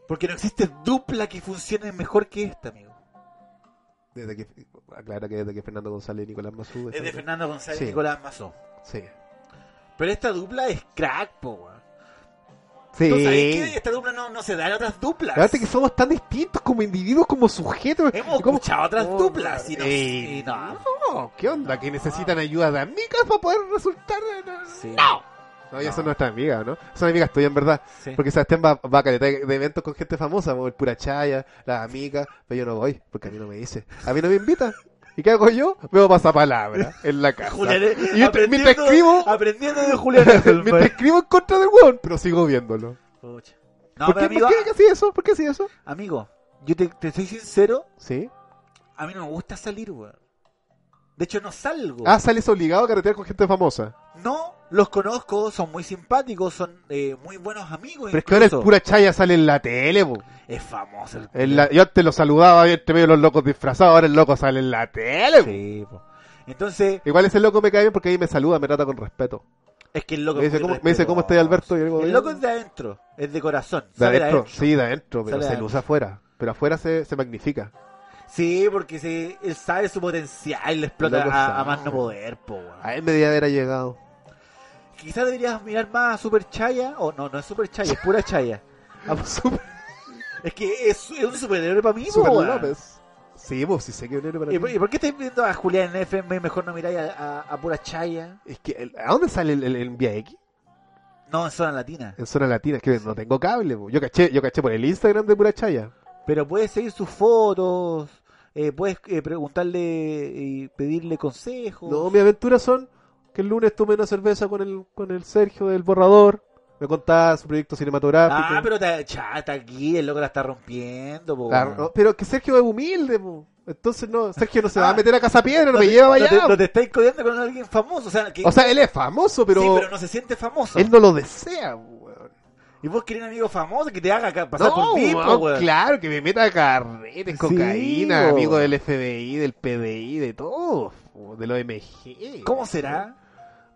Speaker 2: Porque no existe dupla que funcione mejor que esta, amigo.
Speaker 1: Desde que, aclara que desde que Fernando González y Nicolás Mazú.
Speaker 2: Es de Fernando González
Speaker 1: Sí.
Speaker 2: y Nicolás Mazó.
Speaker 1: Sí.
Speaker 2: Pero esta dupla es crack, po, weón.
Speaker 1: Sí.
Speaker 2: Entonces, ¿sabes qué? Esta dupla no, no se da en otras duplas.
Speaker 1: Fíjate que somos tan distintos como individuos, como sujetos.
Speaker 2: Hemos
Speaker 1: como-
Speaker 2: escuchado otras
Speaker 1: Oh,
Speaker 2: duplas y no.
Speaker 1: eh,
Speaker 2: y no.
Speaker 1: no, ¿qué onda? Que necesitan ayuda de amigas para poder resultar. en-
Speaker 2: Sí.
Speaker 1: No. No, ya
Speaker 2: No.
Speaker 1: son nuestras amigas, ¿no? Son amigas tuyas, en verdad.
Speaker 2: Sí.
Speaker 1: Porque Sebastián va, va a caleta de de eventos con gente famosa, como el Pura Chaya, las amigas, pero yo no voy, porque a mí no me dice. A mí no me invitan. ¿Y qué hago yo? Veo pasapalabra en la casa. [LAUGHS]
Speaker 2: Julián, eh,
Speaker 1: y yo te- mientras escribo,
Speaker 2: aprendiendo
Speaker 1: [LAUGHS]
Speaker 2: de Julián
Speaker 1: mientras
Speaker 2: Edelman.
Speaker 1: escribo en contra del hueón, pero sigo viéndolo.
Speaker 2: Pucha. No,
Speaker 1: ¿Por,
Speaker 2: pero
Speaker 1: qué,
Speaker 2: amigo,
Speaker 1: ¿Por qué así eso? ¿Por qué así eso?
Speaker 2: amigo, yo te, te soy sincero,
Speaker 1: Sí.
Speaker 2: a mí no me gusta salir, weón. De hecho, no salgo.
Speaker 1: Ah, sales obligado a carretear con gente famosa.
Speaker 2: No, los conozco, son muy simpáticos, son eh, muy buenos amigos.
Speaker 1: Pero es que ahora el
Speaker 2: incluso.
Speaker 1: pura chaya sale en la tele, po.
Speaker 2: Es famoso el
Speaker 1: En la- Yo antes lo saludaba ahí entre medio de los locos disfrazados, ahora el loco sale en la tele. po.
Speaker 2: Sí, po. Entonces,
Speaker 1: Igual ese loco me cae bien porque ahí me saluda, me trata con respeto.
Speaker 2: es que el loco
Speaker 1: Me
Speaker 2: es
Speaker 1: dice,
Speaker 2: muy
Speaker 1: ¿cómo, me dice, ¿cómo estás,
Speaker 2: respetuoso.
Speaker 1: Alberto? Y yo digo,
Speaker 2: El
Speaker 1: "Bien".
Speaker 2: loco es de adentro, es de corazón.
Speaker 1: De
Speaker 2: sale
Speaker 1: adentro, sí, de adentro, pero
Speaker 2: Sale
Speaker 1: se
Speaker 2: adentro.
Speaker 1: luce afuera. Pero afuera se, se magnifica.
Speaker 2: Sí, porque se, él sabe su potencial y le explota
Speaker 1: Loco
Speaker 2: a, a
Speaker 1: sabe.
Speaker 2: más no poder, po, weón.
Speaker 1: A él me debía haber llegado.
Speaker 2: Quizás deberías mirar más a Super Chaya, o no, no es Super Chaya, es pura Chaya. Ah,
Speaker 1: pues, Super,
Speaker 2: es que es, es un superhéroe para mí, po,
Speaker 1: Super
Speaker 2: pues, weón.
Speaker 1: López. Sí, vos, sí sé que es un héroe para
Speaker 2: ¿Y pues,
Speaker 1: ti.
Speaker 2: por, y por qué estáis viendo a Julián en FM y mejor no miráis a, a- a pura Chaya?
Speaker 1: Es que, el- ¿a dónde sale el, el- el Vía X?
Speaker 2: No, en zona latina.
Speaker 1: En zona latina, es que no tengo cable. po. Yo caché, yo caché por el Instagram de pura chaya.
Speaker 2: Pero puedes seguir sus fotos, eh, puedes eh, preguntarle y pedirle consejos.
Speaker 1: No, mis aventuras son que el lunes tomé una cerveza con el, con el Sergio del Borrador. Me contaba su proyecto cinematográfico.
Speaker 2: ah, pero está chata aquí, el loco la está rompiendo. po,
Speaker 1: La-
Speaker 2: weón.
Speaker 1: no, pero que Sergio es humilde, po. entonces no, Sergio no se va
Speaker 2: Ah.
Speaker 1: a meter a Casa Piedra,
Speaker 2: No
Speaker 1: me
Speaker 2: te-
Speaker 1: lleva
Speaker 2: no
Speaker 1: allá.
Speaker 2: te, no te estáis codiando con alguien famoso. O sea, que,
Speaker 1: o sea, él es famoso, pero,
Speaker 2: sí, pero no se siente famoso.
Speaker 1: él no lo desea. weón.
Speaker 2: Y vos querés un amigo famoso que te haga ca- pasar por ti, po,
Speaker 1: weón,
Speaker 2: weón.
Speaker 1: claro, que me meta a carretes,
Speaker 2: Sí,
Speaker 1: cocaína,
Speaker 2: weón.
Speaker 1: amigo del FBI, del PDI, de todo, po, del OMG.
Speaker 2: ¿Cómo será?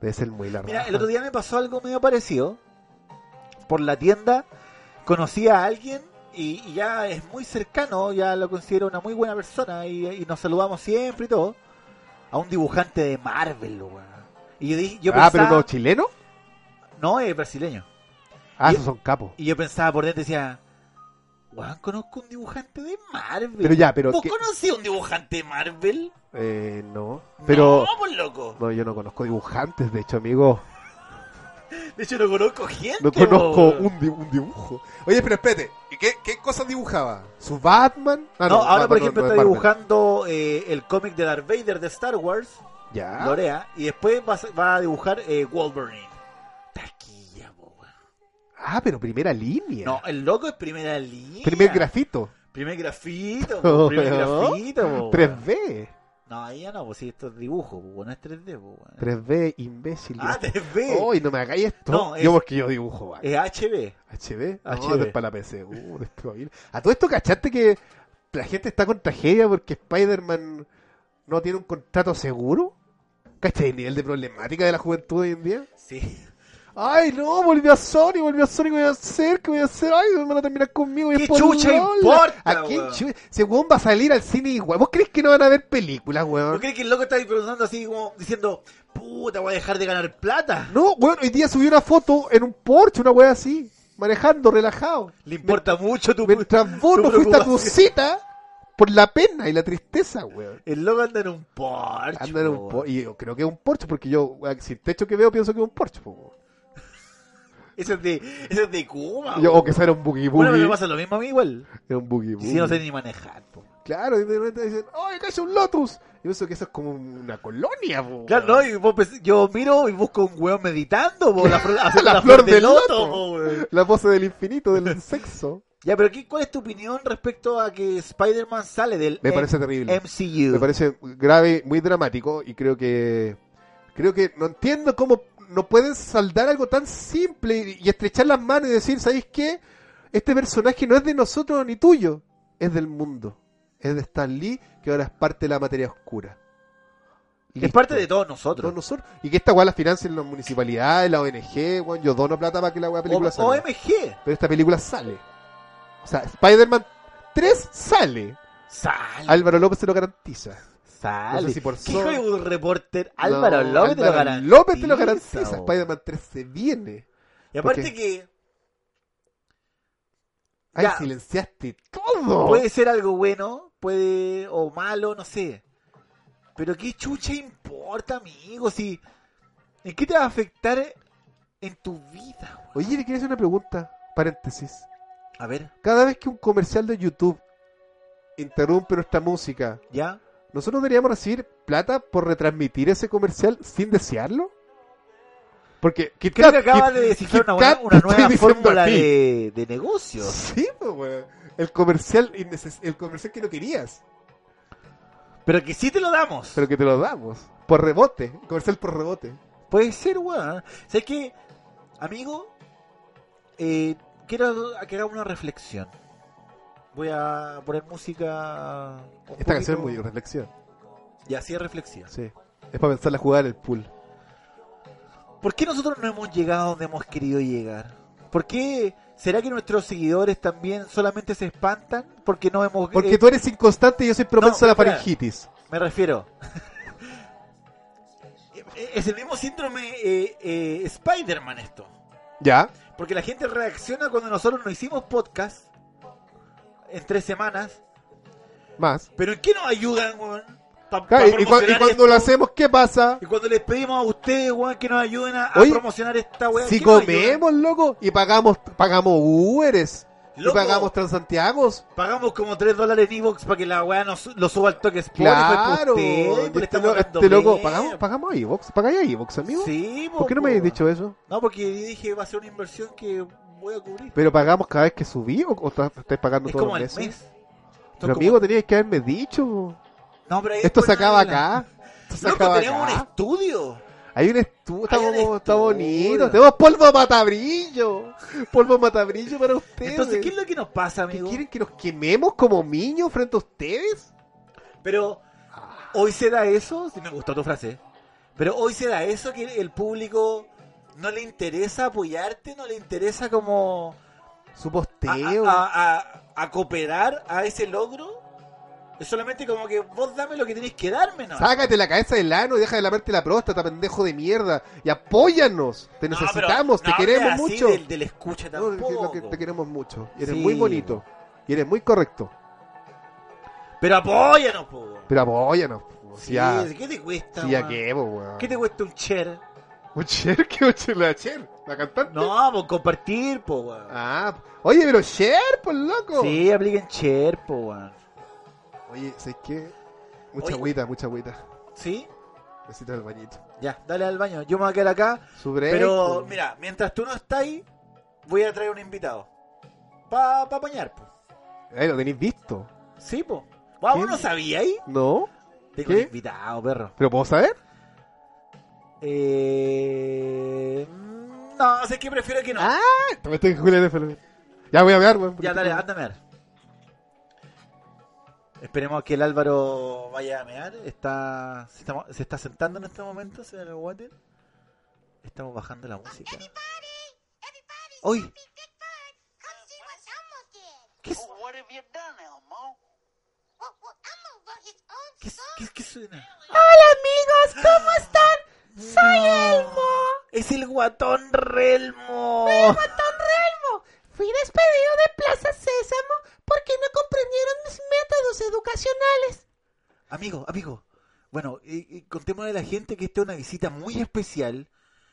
Speaker 1: Debe ser muy largo.
Speaker 2: Mira, el otro día me pasó algo medio parecido. Por la tienda conocí a alguien y, y ya es muy cercano, ya lo considero una muy buena persona y, y nos saludamos siempre y todo. A un dibujante de Marvel, weón. Y yo, dije, yo
Speaker 1: ah,
Speaker 2: pensaba,
Speaker 1: pero no, chileno.
Speaker 2: no, es brasileño.
Speaker 1: Ah,
Speaker 2: Y-
Speaker 1: esos son capos.
Speaker 2: Y yo pensaba por dentro decía, weón, conozco un dibujante de Marvel.
Speaker 1: Pero ya, pero
Speaker 2: ¿Vos
Speaker 1: ¿qué?
Speaker 2: conocí a un dibujante de Marvel?
Speaker 1: Eh, no, pero
Speaker 2: No, pues loco.
Speaker 1: no, yo no conozco dibujantes, de hecho, amigo.
Speaker 2: De hecho, no conozco gente.
Speaker 1: No conozco
Speaker 2: weón.
Speaker 1: un, di- un dibujo. Oye, pero espérate, ¿y qué, qué cosas dibujaba? ¿Su Batman? Ah,
Speaker 2: No, ahora
Speaker 1: Batman
Speaker 2: por
Speaker 1: no-
Speaker 2: ejemplo
Speaker 1: no es
Speaker 2: está
Speaker 1: Marvel.
Speaker 2: dibujando eh, el cómic de Darth Vader de Star Wars,
Speaker 1: Ya.
Speaker 2: Lorea, y después va, a ser- va a dibujar eh, Wolverine. Taquilla, po, weón.
Speaker 1: Ah, pero primera línea.
Speaker 2: No, el loco es primera línea.
Speaker 1: Primer grafito. [LAUGHS]
Speaker 2: Primer grafito,
Speaker 1: Oh,
Speaker 2: po, primer
Speaker 1: weón.
Speaker 2: grafito, po, weón.
Speaker 1: 3D.
Speaker 2: No, ahí ya no, pues si esto es dibujo, po, weón, no es 3D, po, weón.
Speaker 1: 3D, imbécil.
Speaker 2: Ah,
Speaker 1: Yo-
Speaker 2: 3D.
Speaker 1: Ay, no me hagáis esto.
Speaker 2: No, es- Eh,
Speaker 1: Yo porque yo dibujo. vale.
Speaker 2: Es HB.
Speaker 1: HB. No,
Speaker 2: HB.
Speaker 1: esto es para la PC. Uh, desprobable. A todo esto, ¿cachaste que la gente está con tragedia porque Spider-Man no tiene un contrato seguro? ¿Cachaste el nivel de problemática de la juventud hoy en día?
Speaker 2: Sí.
Speaker 1: Ah. Ay, no, volvió a Sony, volvió a Sony, ¿qué voy a hacer? ¿Qué voy a hacer? Ay, me van a terminar conmigo. y
Speaker 2: ¿Qué
Speaker 1: es por
Speaker 2: chucha
Speaker 1: Lola.
Speaker 2: importa,
Speaker 1: ¿A quién
Speaker 2: weón?
Speaker 1: chucha? Ese weón va a salir al cine igual. ¿Vos crees que no van a ver películas,
Speaker 2: ¿No
Speaker 1: weón?
Speaker 2: crees que el loco está ahí pensando así como diciendo, puta, voy a dejar de ganar plata?
Speaker 1: No, weón, hoy día subí una foto en un Porsche, una weá así, manejando, relajado.
Speaker 2: Le importa mucho tu...
Speaker 1: Mientras vos
Speaker 2: tu
Speaker 1: no fuiste a tu
Speaker 2: preocupación.
Speaker 1: cita por la pena y la tristeza, weón.
Speaker 2: El loco anda en un Porsche.
Speaker 1: Andan en un
Speaker 2: po, weón.
Speaker 1: Porsche, y yo creo que es un Porsche, porque yo, weón, si el techo que veo pienso que es un Porsche, po, weón.
Speaker 2: Ese es de, ese es de Cuba.
Speaker 1: Yo,
Speaker 2: weón.
Speaker 1: o que sea era un boogie
Speaker 2: Bueno, me
Speaker 1: boogie.
Speaker 2: pasa lo mismo a mí igual.
Speaker 1: Era un boogie
Speaker 2: Y
Speaker 1: boogie.
Speaker 2: si no sé ni manejar. po.
Speaker 1: Claro, y de repente dicen, ¡ay, cayó un Lotus! Y pienso que eso es como una colonia, po.
Speaker 2: Claro, no, y vos pens- yo miro y busco un weón meditando, po, la, [LAUGHS] flor- haciendo
Speaker 1: La
Speaker 2: la
Speaker 1: flor
Speaker 2: flor de
Speaker 1: del
Speaker 2: loto.
Speaker 1: loto.
Speaker 2: po, weón.
Speaker 1: La pose del infinito, del [LAUGHS] sexo.
Speaker 2: Ya, pero ¿qué, ¿cuál es tu opinión respecto a que Spider-Man sale del
Speaker 1: Me
Speaker 2: M-
Speaker 1: parece terrible.
Speaker 2: MCU?
Speaker 1: Me parece grave, muy dramático y creo que. Creo que no entiendo cómo no pueden saldar algo tan simple y, y estrechar las manos y decir, ¿sabéis qué? Este personaje no es de nosotros ni tuyo, es del mundo. Es de Stan Lee, que ahora es parte de la materia oscura.
Speaker 2: es
Speaker 1: Listo.
Speaker 2: parte de todos nosotros.
Speaker 1: Todos nosotros. Y que esta weá la financian las municipalidades, la ONG, weón. Yo dono plata para que la weá película
Speaker 2: O-
Speaker 1: salga.
Speaker 2: OMG.
Speaker 1: Pero esta película sale. O sea, Spider-Man 3 sale.
Speaker 2: Sale.
Speaker 1: Álvaro López se lo garantiza.
Speaker 2: sale.
Speaker 1: No sé si por
Speaker 2: ¿Qué
Speaker 1: so-
Speaker 2: Hollywood reporter? Álvaro
Speaker 1: No,
Speaker 2: López te lo
Speaker 1: Álvaro
Speaker 2: garantiza.
Speaker 1: López te lo garantiza.
Speaker 2: po.
Speaker 1: Spider-Man 3 se viene.
Speaker 2: Y aparte
Speaker 1: porque-
Speaker 2: que
Speaker 1: Ay,
Speaker 2: Ya. Pues-
Speaker 1: silenciaste todo.
Speaker 2: Puede ser algo bueno, puede o malo, no sé. Pero qué chucha importa, amigo, si ¿en qué te va a afectar en tu vida? güey?
Speaker 1: Oye, le quiero hacer una pregunta. Paréntesis.
Speaker 2: A ver,
Speaker 1: Cada vez que un comercial de YouTube interrumpe nuestra música,
Speaker 2: ya.
Speaker 1: ¿nosotros deberíamos recibir plata por retransmitir ese comercial sin desearlo? Porque Kit
Speaker 2: Creo que
Speaker 1: Kat-
Speaker 2: acaba
Speaker 1: Kit-
Speaker 2: de descifrar
Speaker 1: Kit
Speaker 2: una, buena-
Speaker 1: Kat
Speaker 2: una
Speaker 1: te estoy
Speaker 2: nueva
Speaker 1: diciendo a
Speaker 2: fórmula
Speaker 1: ti. [LAUGHS]
Speaker 2: de, de negocio.
Speaker 1: Sí, pues, weón. El comercial, inneces- el comercial que no querías.
Speaker 2: Pero que sí te lo damos.
Speaker 1: Pero que te lo damos. Por rebote. Comercial por rebote.
Speaker 2: Puede ser, weón. ¿Sabes qué? Amigo, eh, quiero que haga una reflexión. Voy a poner música. un
Speaker 1: Esta canción es
Speaker 2: poquito-
Speaker 1: muy reflexión.
Speaker 2: Y así es reflexiva.
Speaker 1: Sí. Es para pensar la jugada en el pool.
Speaker 2: ¿Por qué nosotros no hemos llegado donde hemos querido llegar? ¿Por qué será que nuestros seguidores también solamente se espantan porque no hemos
Speaker 1: Porque
Speaker 2: eh,
Speaker 1: tú eres inconstante y yo soy propenso
Speaker 2: No,
Speaker 1: a la
Speaker 2: espera.
Speaker 1: faringitis.
Speaker 2: me refiero? [LAUGHS] Eh, es el mismo síndrome eh, eh, Spider-Man esto.
Speaker 1: ¿Ya?
Speaker 2: Porque la gente reacciona cuando nosotros no hicimos podcast en tres semanas.
Speaker 1: Más.
Speaker 2: ¿Pero en qué nos ayudan, weón? Pa- pa
Speaker 1: Claro, y, y cua- y
Speaker 2: promocionar
Speaker 1: cuando
Speaker 2: esto.
Speaker 1: lo hacemos, ¿qué pasa?
Speaker 2: Y cuando les pedimos a ustedes, weón, que nos ayuden a, a
Speaker 1: Oye,
Speaker 2: promocionar esta weá.
Speaker 1: Si
Speaker 2: ¿qué nos ayudan?
Speaker 1: comemos, loco, y pagamos pagamos Uberes, y
Speaker 2: Loco.
Speaker 1: pagamos Transantiagos.
Speaker 2: Pagamos como 3 dólares en Evox para que la weá nos lo suba al toque Spotify.
Speaker 1: Claro.
Speaker 2: pues, usted, pues,
Speaker 1: y
Speaker 2: le
Speaker 1: Este,
Speaker 2: estamos
Speaker 1: lo-
Speaker 2: dando
Speaker 1: este loco,
Speaker 2: ver.
Speaker 1: pagamos, pagamos a Evox. ¿Pagáis a Evox, amigo?
Speaker 2: Sí, po,
Speaker 1: ¿Por qué no me habéis
Speaker 2: po.
Speaker 1: dicho eso?
Speaker 2: No, porque dije va a ser una inversión que voy a cubrir.
Speaker 1: ¿Pero pagamos cada vez que subí o, o está- estáis pagando
Speaker 2: es
Speaker 1: todos
Speaker 2: como
Speaker 1: los
Speaker 2: al
Speaker 1: meses?
Speaker 2: mes.
Speaker 1: Pero amigo, tenías que haberme dicho.
Speaker 2: No, pero ahí
Speaker 1: Esto
Speaker 2: después
Speaker 1: se acaba
Speaker 2: no habla.
Speaker 1: acá. Esto se
Speaker 2: Eh, Loco,
Speaker 1: acaba
Speaker 2: tenemos un
Speaker 1: acá.
Speaker 2: estudio.
Speaker 1: Hay un estudio, está,
Speaker 2: Hay un
Speaker 1: como- está
Speaker 2: estudio.
Speaker 1: bonito. Tenemos polvo matabrillo. Polvo matabrillo para ustedes.
Speaker 2: Entonces, ¿qué es lo que nos pasa,
Speaker 1: ¿Qué
Speaker 2: amigo?
Speaker 1: quieren que nos quememos como niños frente a ustedes?
Speaker 2: Pero hoy se da eso, si me gustó tu frase, pero hoy se da eso que el público no le interesa apoyarte, no le interesa como
Speaker 1: Su
Speaker 2: a,
Speaker 1: posteo.
Speaker 2: a- a- a cooperar a ese logro. Es solamente como que vos dame lo que tenés que darme, ¿no?
Speaker 1: Sácate la cabeza del ano y deja de lavarte la próstata, pendejo de mierda. Y apóyanos. Te
Speaker 2: No,
Speaker 1: necesitamos,
Speaker 2: pero no
Speaker 1: te queremos
Speaker 2: hables así
Speaker 1: mucho.
Speaker 2: Del, del escucha
Speaker 1: No, es lo
Speaker 2: tampoco.
Speaker 1: que te queremos mucho. Y eres
Speaker 2: Sí.
Speaker 1: muy bonito. Y eres muy correcto.
Speaker 2: Pero apóyanos, po.
Speaker 1: Pero apóyanos. po. Si
Speaker 2: Sí,
Speaker 1: ya,
Speaker 2: ¿Qué te cuesta?
Speaker 1: si ya
Speaker 2: weón?
Speaker 1: qué, po, weón.
Speaker 2: ¿Qué te cuesta un share?
Speaker 1: ¿Un Cher? [LAUGHS] ¿Qué un Cher? ¿La Cher? ¿La cantante?
Speaker 2: No, por compartir, po. weón.
Speaker 1: Ah, oye, pero Cher, pues loco.
Speaker 2: Sí, apliquen share, po. weón.
Speaker 1: Oye, ¿sabes qué? Mucha
Speaker 2: Oye.
Speaker 1: agüita, mucha agüita.
Speaker 2: ¿Sí?
Speaker 1: Necesito el bañito.
Speaker 2: Ya, dale al baño. Yo me voy a quedar acá.
Speaker 1: Su break,
Speaker 2: Pero
Speaker 1: po.
Speaker 2: mira, mientras tú no estás ahí, voy a traer un invitado. Pa, pa apañar, po.
Speaker 1: Ahí Eh, lo tenéis visto.
Speaker 2: Sí, po. Guau,
Speaker 1: ¿Quién?
Speaker 2: ¿Vos no sabías ahí?
Speaker 1: ¿No?
Speaker 2: Tengo
Speaker 1: ¿Qué?
Speaker 2: un invitado, perro.
Speaker 1: ¿Pero puedo saber?
Speaker 2: Eh... mm, No, sé que prefiero que no.
Speaker 1: Ah, me estoy Julián F. Ya voy a ver, weón.
Speaker 2: ya, dale, ah. anda a mear. Esperemos que el Álvaro vaya a mear. Está, se, está, se está sentando en este momento, se ve en el water. Estamos bajando la música. ¡Uy!
Speaker 3: Come see what Elmo did.
Speaker 2: ¿Qué, es-
Speaker 4: What have you done, Elmo?
Speaker 3: Well, well Elmo wrote his own
Speaker 2: qué, es-
Speaker 3: song.
Speaker 2: qué, es- qué suena?
Speaker 5: Amigos, ¿cómo están? Soy Elmo.
Speaker 2: Es el guatón Relmo.
Speaker 5: Guatón Relmo. Fui despedido de Plaza Sésamo porque no comprendieron mis métodos educacionales.
Speaker 2: Amigo, amigo. Bueno, y, y contémosle a la gente que esta es una visita muy especial,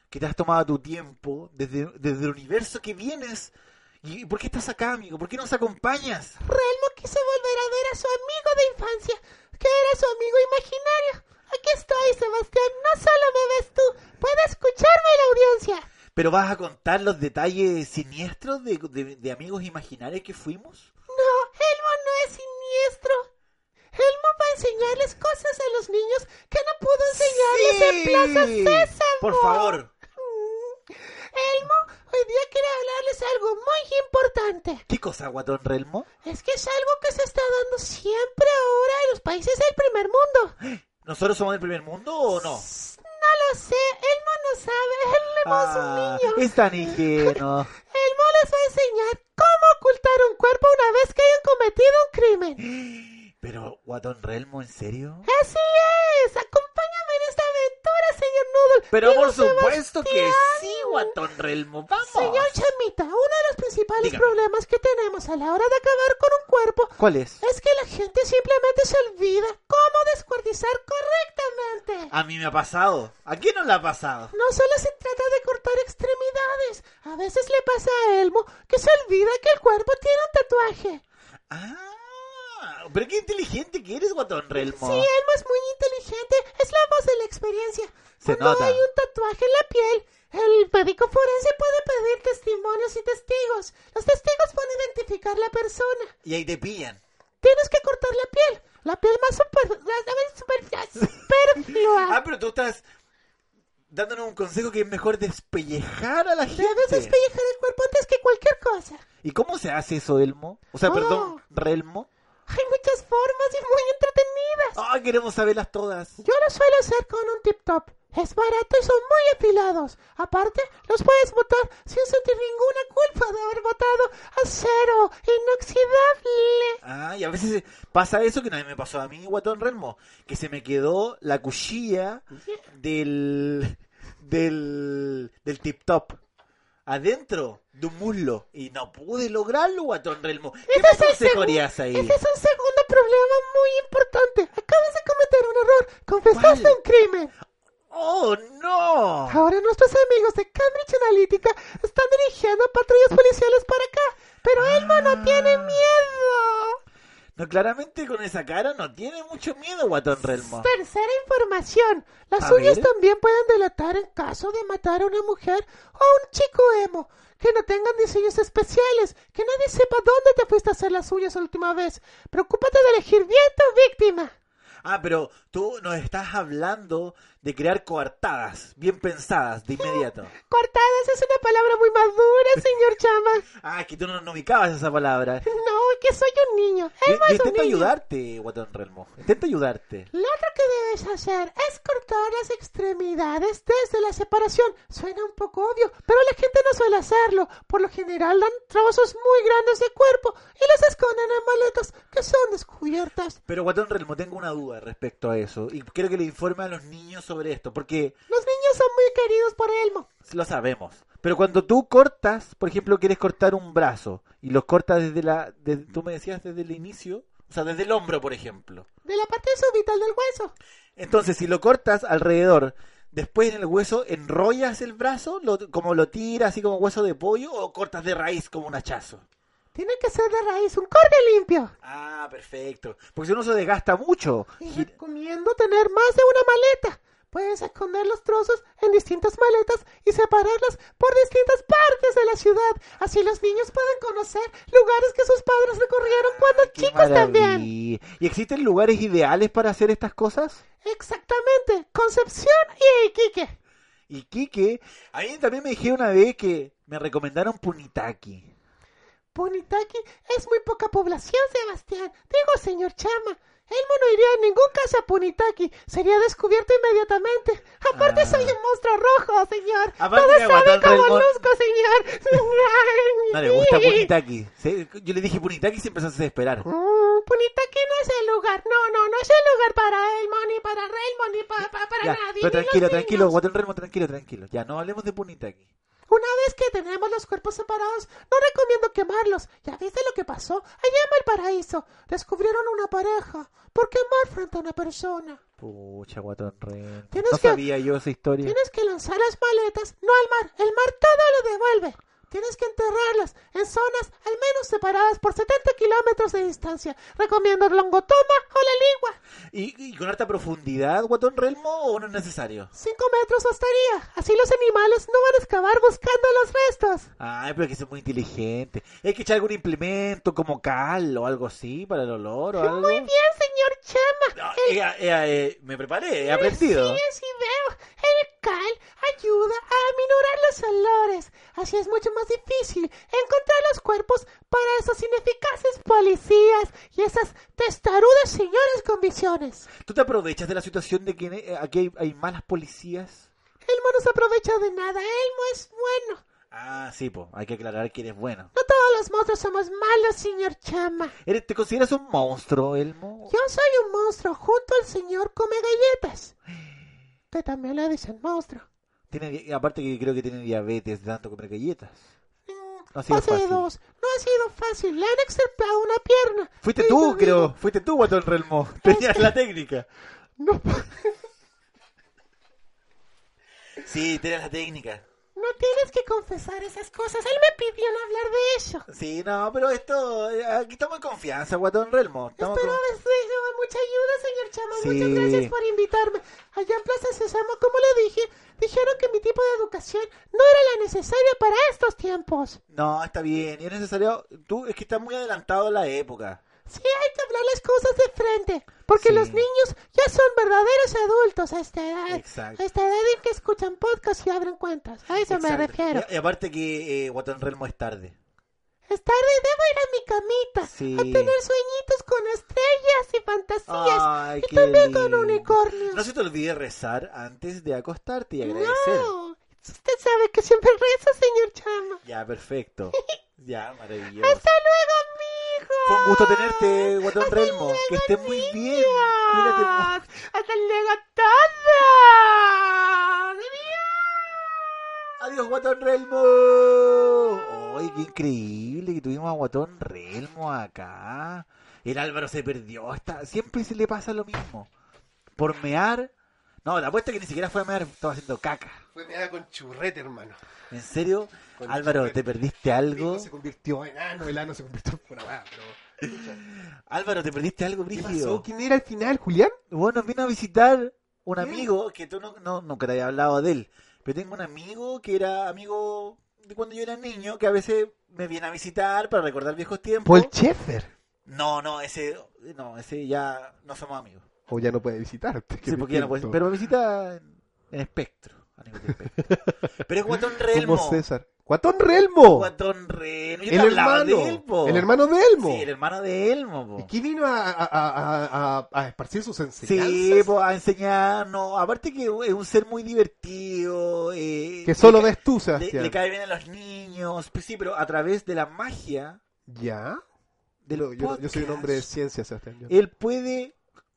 Speaker 2: que te has tomado tu tiempo desde, desde el universo que vienes. ¿Y por qué estás acá, amigo? ¿Por qué nos acompañas?
Speaker 5: Relmo quiso volver a ver a su amigo de infancia, que era su amigo imaginario. Aquí estoy, Sebastián. No solo me ves tú, puede escucharme la audiencia.
Speaker 2: ¿Pero vas a contar los detalles siniestros de, de- de amigos imaginarios que fuimos?
Speaker 5: No, Elmo no es siniestro. Elmo va a enseñarles cosas a los niños que no pudo enseñarles en Plaza
Speaker 2: Sí.
Speaker 5: Sésamo.
Speaker 2: Por favor,
Speaker 5: Mm. Elmo, hoy día quiero hablarles algo muy importante.
Speaker 2: ¿qué cosa, Guatón Relmo?
Speaker 5: Es que es algo que se está dando siempre ahora en los países del primer mundo.
Speaker 2: ¿Nosotros somos del primer mundo o no?
Speaker 5: No lo sé, Elmo no sabe, Elmo
Speaker 2: Ah,
Speaker 5: es un niño.
Speaker 2: es tan ingenuo.
Speaker 5: Elmo les va a enseñar cómo ocultar un cuerpo una vez que hayan cometido un crimen.
Speaker 2: Pero, Guatón Relmo, ¿en serio?
Speaker 5: Así es, acompáñame en esta aventura, señor Noodle.
Speaker 2: Pero
Speaker 5: Digo,
Speaker 2: por supuesto que
Speaker 5: Sebastián.
Speaker 2: sí, Guatón Relmo, vamos.
Speaker 5: Señor Chamita, uno de los principales
Speaker 2: Dígame.
Speaker 5: problemas que tenemos a la hora de acabar con un cuerpo
Speaker 2: ¿Cuál es?
Speaker 5: Es que la gente simplemente se olvida cómo descuartizar correctamente.
Speaker 2: A mí me ha pasado. ¿A quién no le ha pasado?
Speaker 5: No solo se trata de cortar extremidades, a veces le pasa a Elmo que se olvida que el cuerpo tiene un tatuaje.
Speaker 2: Ah, pero qué inteligente que eres, Guatón Relmo.
Speaker 5: Sí, Elmo es muy inteligente, es la voz de la experiencia.
Speaker 2: Se
Speaker 5: Cuando
Speaker 2: nota.
Speaker 5: hay un tatuaje en la piel, el médico forense puede pedir testimonios y testigos. Los testigos van a identificar la persona.
Speaker 2: Y ahí te pillan.
Speaker 5: Tienes que cortar la piel. La piel más super... La piel
Speaker 2: [LAUGHS]
Speaker 5: super... superflua.
Speaker 2: Ah, pero tú estás dándonos un consejo que es mejor despellejar a la gente.
Speaker 5: Debes despellejar el cuerpo antes que cualquier cosa.
Speaker 2: ¿Y cómo se hace eso, Elmo? O sea,
Speaker 5: Oh.
Speaker 2: perdón, Relmo.
Speaker 5: Hay muchas formas y muy entretenidas.
Speaker 2: Ah, queremos saberlas todas.
Speaker 5: Yo lo suelo hacer con un tip top. Es barato y son muy afilados. Aparte, los puedes botar sin sentir ninguna culpa de haber botado acero inoxidable.
Speaker 2: Ah, y a veces pasa eso que también me pasó a mí, guatón Relmo, que se me quedó la cuchilla del del del tip top adentro de un muslo y no pude lograrlo, guatón Relmo. ¿Qué
Speaker 5: Ese es, el
Speaker 2: se
Speaker 5: segun-
Speaker 2: ahí?
Speaker 5: ese es un segundo problema muy importante. Acabas de cometer un error. Confesaste
Speaker 2: ¿Cuál?
Speaker 5: un crimen.
Speaker 2: Oh, no.
Speaker 5: Ahora nuestros amigos de Cambridge Analytica están dirigiendo patrullas policiales para acá. Pero Elmo no
Speaker 2: Ah.
Speaker 5: tiene miedo.
Speaker 2: No, claramente con esa cara no tiene mucho miedo, Guatón Relmo.
Speaker 5: Tercera información. Las
Speaker 2: A
Speaker 5: uñas
Speaker 2: ver.
Speaker 5: también pueden delatar en caso de matar a una mujer o a un chico emo. Que no tengan diseños especiales. Que nadie sepa dónde te fuiste a hacer las uñas la última vez. Preocúpate de elegir bien tu víctima.
Speaker 2: Ah, pero tú nos estás hablando de crear coartadas, bien pensadas, de
Speaker 5: [LAUGHS]
Speaker 2: inmediato.
Speaker 5: Cortadas es una palabra muy madura, señor Chama. [LAUGHS]
Speaker 2: Ah, es que tú no, no ubicabas esa palabra. Yo,
Speaker 5: No, que soy un niño. Elmo
Speaker 2: yo
Speaker 5: es un
Speaker 2: intento
Speaker 5: niño.
Speaker 2: ayudarte, Guatón Relmo. Intento ayudarte.
Speaker 5: Lo otro que debes hacer es cortar las extremidades desde la separación. Suena un poco obvio, pero la gente no suele hacerlo. Por lo general dan trozos muy grandes de cuerpo y los esconden en maletas que son descubiertas.
Speaker 2: Pero Guatón Relmo, tengo una duda respecto a eso. Y quiero que le informe a los niños sobre esto, porque
Speaker 5: Los niños son muy queridos por Elmo.
Speaker 2: lo sabemos. Pero cuando tú cortas, por ejemplo, quieres cortar un brazo y lo cortas desde la... de- tú me decías desde el inicio, o sea, desde el hombro, por ejemplo.
Speaker 5: De la parte subital del hueso.
Speaker 2: Entonces, si lo cortas alrededor, después en el hueso, ¿enrollas el brazo? Lo- ¿Como lo tiras, así como hueso de pollo? ¿O cortas de raíz como un hachazo?
Speaker 5: Tiene que ser de raíz, un corte limpio.
Speaker 2: Ah, perfecto. Porque si no se desgasta mucho.
Speaker 5: Y
Speaker 2: Gi-
Speaker 5: recomiendo tener más de una maleta. Puedes esconder los trozos en distintas maletas y separarlas por distintas partes de la ciudad. Así los niños pueden conocer lugares que sus padres recorrieron cuando
Speaker 2: ¡Qué
Speaker 5: chicos
Speaker 2: maravilla!
Speaker 5: también.
Speaker 2: ¿Y existen lugares ideales para hacer estas cosas?
Speaker 5: Exactamente, Concepción y Iquique.
Speaker 2: Y Quique, a mí también me dijeron una vez que me recomendaron Punitaki.
Speaker 5: Punitaki es muy poca población, Sebastián. Digo, señor Chama. Elmo no iría en ningún caso a Punitaki. Sería descubierto inmediatamente. Aparte,
Speaker 2: Ah.
Speaker 5: soy un monstruo rojo, señor.
Speaker 2: Aparte,
Speaker 5: Todos
Speaker 2: mira,
Speaker 5: saben
Speaker 2: Guatón
Speaker 5: cómo
Speaker 2: Raymond.
Speaker 5: luzco,
Speaker 2: [LAUGHS]
Speaker 5: señor.
Speaker 2: No le gusta Punitaki. Se- Yo le dije Punitaki y se empezó a desesperar.
Speaker 5: Mm, Punitaki no es el lugar. No, no, no es el lugar para Elmo, ni para Raymond, ni pa- pa- para
Speaker 2: Ya,
Speaker 5: nadie.
Speaker 2: pero
Speaker 5: ni los
Speaker 2: tranquilo, tranquilo,
Speaker 5: niños.
Speaker 2: Guatón Remo, tranquilo, tranquilo. Ya, no hablemos de Punitaki.
Speaker 5: Una vez que tenemos los cuerpos separados, no recomiendo quemarlos. ¿Ya viste lo que pasó? Allá en Valparaíso descubrieron una pareja por quemar frente a una persona.
Speaker 2: Pucha, guatón rey.
Speaker 5: Tienes
Speaker 2: No
Speaker 5: que-
Speaker 2: sabía yo esa historia.
Speaker 5: Tienes que lanzar las maletas, no al mar. El mar todo lo devuelve. Tienes que enterrarlas en zonas al menos separadas por 70 kilómetros de distancia. Recomiendo Longotoma o La Ligua.
Speaker 2: ¿Y, y con harta profundidad, guatón relmo, o no es necesario?
Speaker 5: 5 metros bastaría. Así los animales no van a excavar buscando los restos.
Speaker 2: Ay, pero es que son muy inteligentes. Hay que echar algún implemento como cal o algo así para el olor o algo.
Speaker 5: Muy bien, señor Chama.
Speaker 2: Ah, eh, ah, eh, ah, eh, me preparé, he aprendido.
Speaker 5: Sí, sí veo. El cal ayuda a aminorar los olores. Así es mucho más difícil encontrar los cuerpos para esos ineficaces policías y esas testarudas señoras con visiones.
Speaker 2: ¿Tú te aprovechas de la situación de que eh, aquí hay, hay malas policías?
Speaker 5: Elmo no se aprovecha de nada. Elmo es bueno.
Speaker 2: Ah, sí, po, hay que aclarar que eres bueno.
Speaker 5: No todos los monstruos somos malos, señor Chama.
Speaker 2: ¿Eres- ¿Te consideras un monstruo, Elmo?
Speaker 5: Yo soy un monstruo junto al señor come galletas. Que también le dicen monstruo.
Speaker 2: Tiene di- aparte que creo que tiene diabetes de tanto comer galletas.
Speaker 5: Mm,
Speaker 2: No ha sido
Speaker 5: fase de
Speaker 2: fácil.
Speaker 5: dos. No ha sido fácil. Le han extirpado una pierna.
Speaker 2: Fuiste
Speaker 5: Y
Speaker 2: tú,
Speaker 5: yo
Speaker 2: creo.
Speaker 5: digo,
Speaker 2: Fuiste tú, Guatón Relmo. Tenías la técnica.
Speaker 5: No,
Speaker 2: Sí, tenías la técnica.
Speaker 5: no tienes que confesar esas cosas. Él me pidió no hablar de eso.
Speaker 2: Sí, no, pero esto. eh, Aquí estamos en confianza, Guatón Relmo. Estamos
Speaker 5: Espero
Speaker 2: con-
Speaker 5: haber sido de mucha ayuda, señor Chama.
Speaker 2: Sí.
Speaker 5: Muchas gracias por invitarme. Allá en Plaza Sésamo, como le dije, dijeron que mi tipo de educación no era la necesaria para estos tiempos.
Speaker 2: No, está bien. Y es necesario. Tú es que estás muy adelantado a la época.
Speaker 5: Sí, hay que hablar las cosas de frente, porque
Speaker 2: Sí.
Speaker 5: los niños ya son verdaderos adultos a esta edad.
Speaker 2: Exacto.
Speaker 5: A esta edad en que escuchan podcasts y abren cuentas. A eso me
Speaker 2: Exacto.
Speaker 5: refiero.
Speaker 2: Y, y aparte que eh, Guatón Relmo es tarde.
Speaker 5: Es tarde y debo ir a mi camita
Speaker 2: Sí.
Speaker 5: a tener sueñitos con estrellas y fantasías.
Speaker 2: Ay,
Speaker 5: y
Speaker 2: qué
Speaker 5: también con
Speaker 2: lindo.
Speaker 5: unicornios.
Speaker 2: No se te olvide rezar antes de acostarte y agradecer.
Speaker 5: No, usted sabe que siempre reza, señor Chama.
Speaker 2: Ya,
Speaker 5: [LAUGHS]
Speaker 2: perfecto. Ya, maravilloso.
Speaker 5: Hasta luego, mijo.
Speaker 2: Fue un gusto tenerte, Guatón
Speaker 5: Hasta
Speaker 2: Relmo.
Speaker 5: luego,
Speaker 2: Que estés muy bien.
Speaker 5: niños.
Speaker 2: Cuídate mucho.
Speaker 5: Hasta luego a todos. Adiós.
Speaker 2: ¡Adiós, Guatón Relmo! ¡Ay, qué increíble que tuvimos a Guatón Relmo acá! El Álvaro se perdió. Está... Siempre se le pasa lo mismo. Por mear. No, la apuesta es que ni siquiera fue a mear, estaba haciendo caca.
Speaker 1: Fue meada con churrete, hermano.
Speaker 2: ¿En serio?
Speaker 1: Con
Speaker 2: Álvaro,
Speaker 1: chupete.
Speaker 2: ¿te perdiste algo?
Speaker 1: Rico se convirtió en ano, el ano se convirtió en una weá, pero...
Speaker 2: Álvaro, ¿te perdiste algo,
Speaker 1: ¿Qué pasó?
Speaker 2: Brígido?
Speaker 1: ¿Quién era al final, Julián?
Speaker 2: Bueno, vino a visitar un
Speaker 1: ¿Qué?
Speaker 2: amigo que tú no, no- nunca te había hablado de él. Pero tengo un amigo que era amigo de cuando yo era niño, que a veces me viene a visitar para recordar viejos tiempos.
Speaker 1: Sheffer.
Speaker 2: No, no, ese, no, ese ya no somos amigos.
Speaker 1: O ya no puede visitarte.
Speaker 2: Sí, porque ya no puede- pero me visita en, en espectro, a nivel de espectro.
Speaker 1: [LAUGHS]
Speaker 2: Pero es Guatón Relmo.
Speaker 1: Como César. ¡Guatón Relmo!
Speaker 2: Guatón Relmo. Yo te
Speaker 1: El
Speaker 2: hablaba
Speaker 1: hermano.
Speaker 2: de él, po.
Speaker 1: El hermano de Elmo.
Speaker 2: Sí, el hermano de Elmo, po.
Speaker 1: ¿Y qué vino a, a- a- a- a- a esparcir sus enseñanzas?
Speaker 2: Sí, po, a enseñarnos. Aparte que es un ser muy divertido. eh,
Speaker 1: Que solo
Speaker 2: le,
Speaker 1: ves tú,
Speaker 2: ca- le,
Speaker 1: Sebastián.
Speaker 2: le cae bien a los niños. Pues sí, pero a través de la magia
Speaker 1: ¿Ya?
Speaker 2: del
Speaker 1: Yo, yo- yo soy un hombre de
Speaker 2: podcast,
Speaker 1: ciencia, Sebastián. Yo-
Speaker 2: Él puede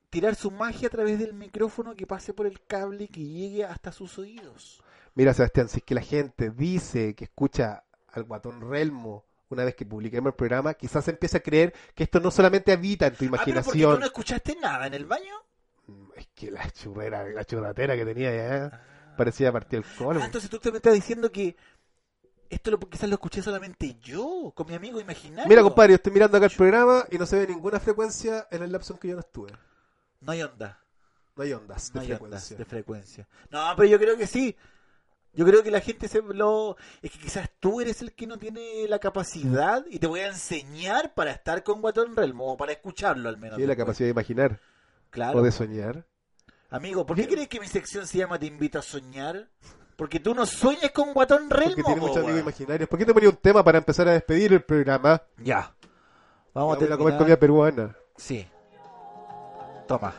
Speaker 2: tirar su magia a través del micrófono que pase por el cable y que llegue hasta sus oídos.
Speaker 1: Mira, Sebastián, si es que la gente dice que escucha al guatón Relmo una vez que publiquemos el programa, quizás empiece a creer que esto no solamente habita en tu
Speaker 2: Ah, pero ¿por qué tú
Speaker 1: imaginación.
Speaker 2: no escuchaste nada en el baño?
Speaker 1: Mm, Es que la churrera, la churratera que tenía ya parecía partir el
Speaker 2: Ah,
Speaker 1: colon.
Speaker 2: entonces tú te me estás diciendo que esto lo, quizás lo escuché solamente yo, con mi amigo imaginario.
Speaker 1: Mira, compadre, yo estoy mirando acá el programa y no se ve ninguna frecuencia en el lapso en que yo no estuve.
Speaker 2: No hay onda,
Speaker 1: No hay ondas de
Speaker 2: no hay
Speaker 1: frecuencia.
Speaker 2: onda de frecuencia. No, pero yo creo que sí. Yo creo que la gente se lo... Es que quizás tú eres el que no tiene la capacidad y te voy a enseñar para estar con Guatón Relmo, o para escucharlo al menos.
Speaker 1: Tiene la
Speaker 2: después.
Speaker 1: capacidad de imaginar
Speaker 2: Claro.
Speaker 1: o de soñar.
Speaker 2: Amigo, ¿por qué crees que mi sección se llama Te invito a soñar? Porque tú no sueñas con Guatón Relmo.
Speaker 1: Porque tiene
Speaker 2: po,
Speaker 1: muchos amigos
Speaker 2: weón.
Speaker 1: imaginarios. ¿Por qué te ponía un tema para empezar a despedir el programa?
Speaker 2: Ya.
Speaker 1: Vamos
Speaker 2: Vamos a
Speaker 1: a
Speaker 2: terminar.
Speaker 1: comer comida peruana.
Speaker 2: Sí. Toma.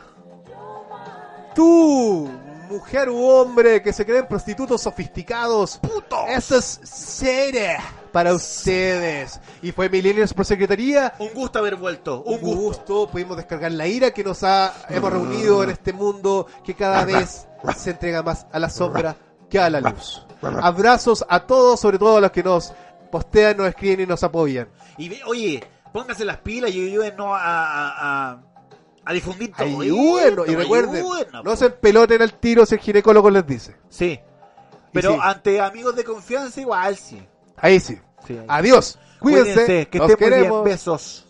Speaker 1: Tú, mujer u hombre que se creen prostitutos sofisticados. ¡Puto! Eso es serie para ustedes. Y fue Millennials por Secretaría.
Speaker 2: Un gusto haber vuelto.
Speaker 1: Un gusto. Pudimos descargar la ira que nos ha, hemos reunido en este mundo que cada vez se entrega más a la sombra que a la luz. Abrazos a todos, sobre todo a los que nos postean, nos escriben y nos apoyan.
Speaker 2: Y ve- oye, pónganse las pilas y ayúdennos a, a, a, a difundir todo.
Speaker 1: Ayúdennos pues. y
Speaker 2: esto,
Speaker 1: recuerden,
Speaker 2: ayúdennos,
Speaker 1: no
Speaker 2: po.
Speaker 1: se peloten al tiro si el ginecólogo les dice.
Speaker 2: Sí. Pero
Speaker 1: sí.
Speaker 2: ante amigos de confianza igual sí.
Speaker 1: Ahí sí.
Speaker 2: Sí, ahí.
Speaker 1: Adiós. Cuídense,
Speaker 2: que
Speaker 1: nos
Speaker 2: estén muy
Speaker 1: queremos.
Speaker 2: bien. Besos.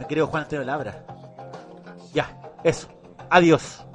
Speaker 2: Me creo Juan Antonio Labra. Ya, eso. Adiós.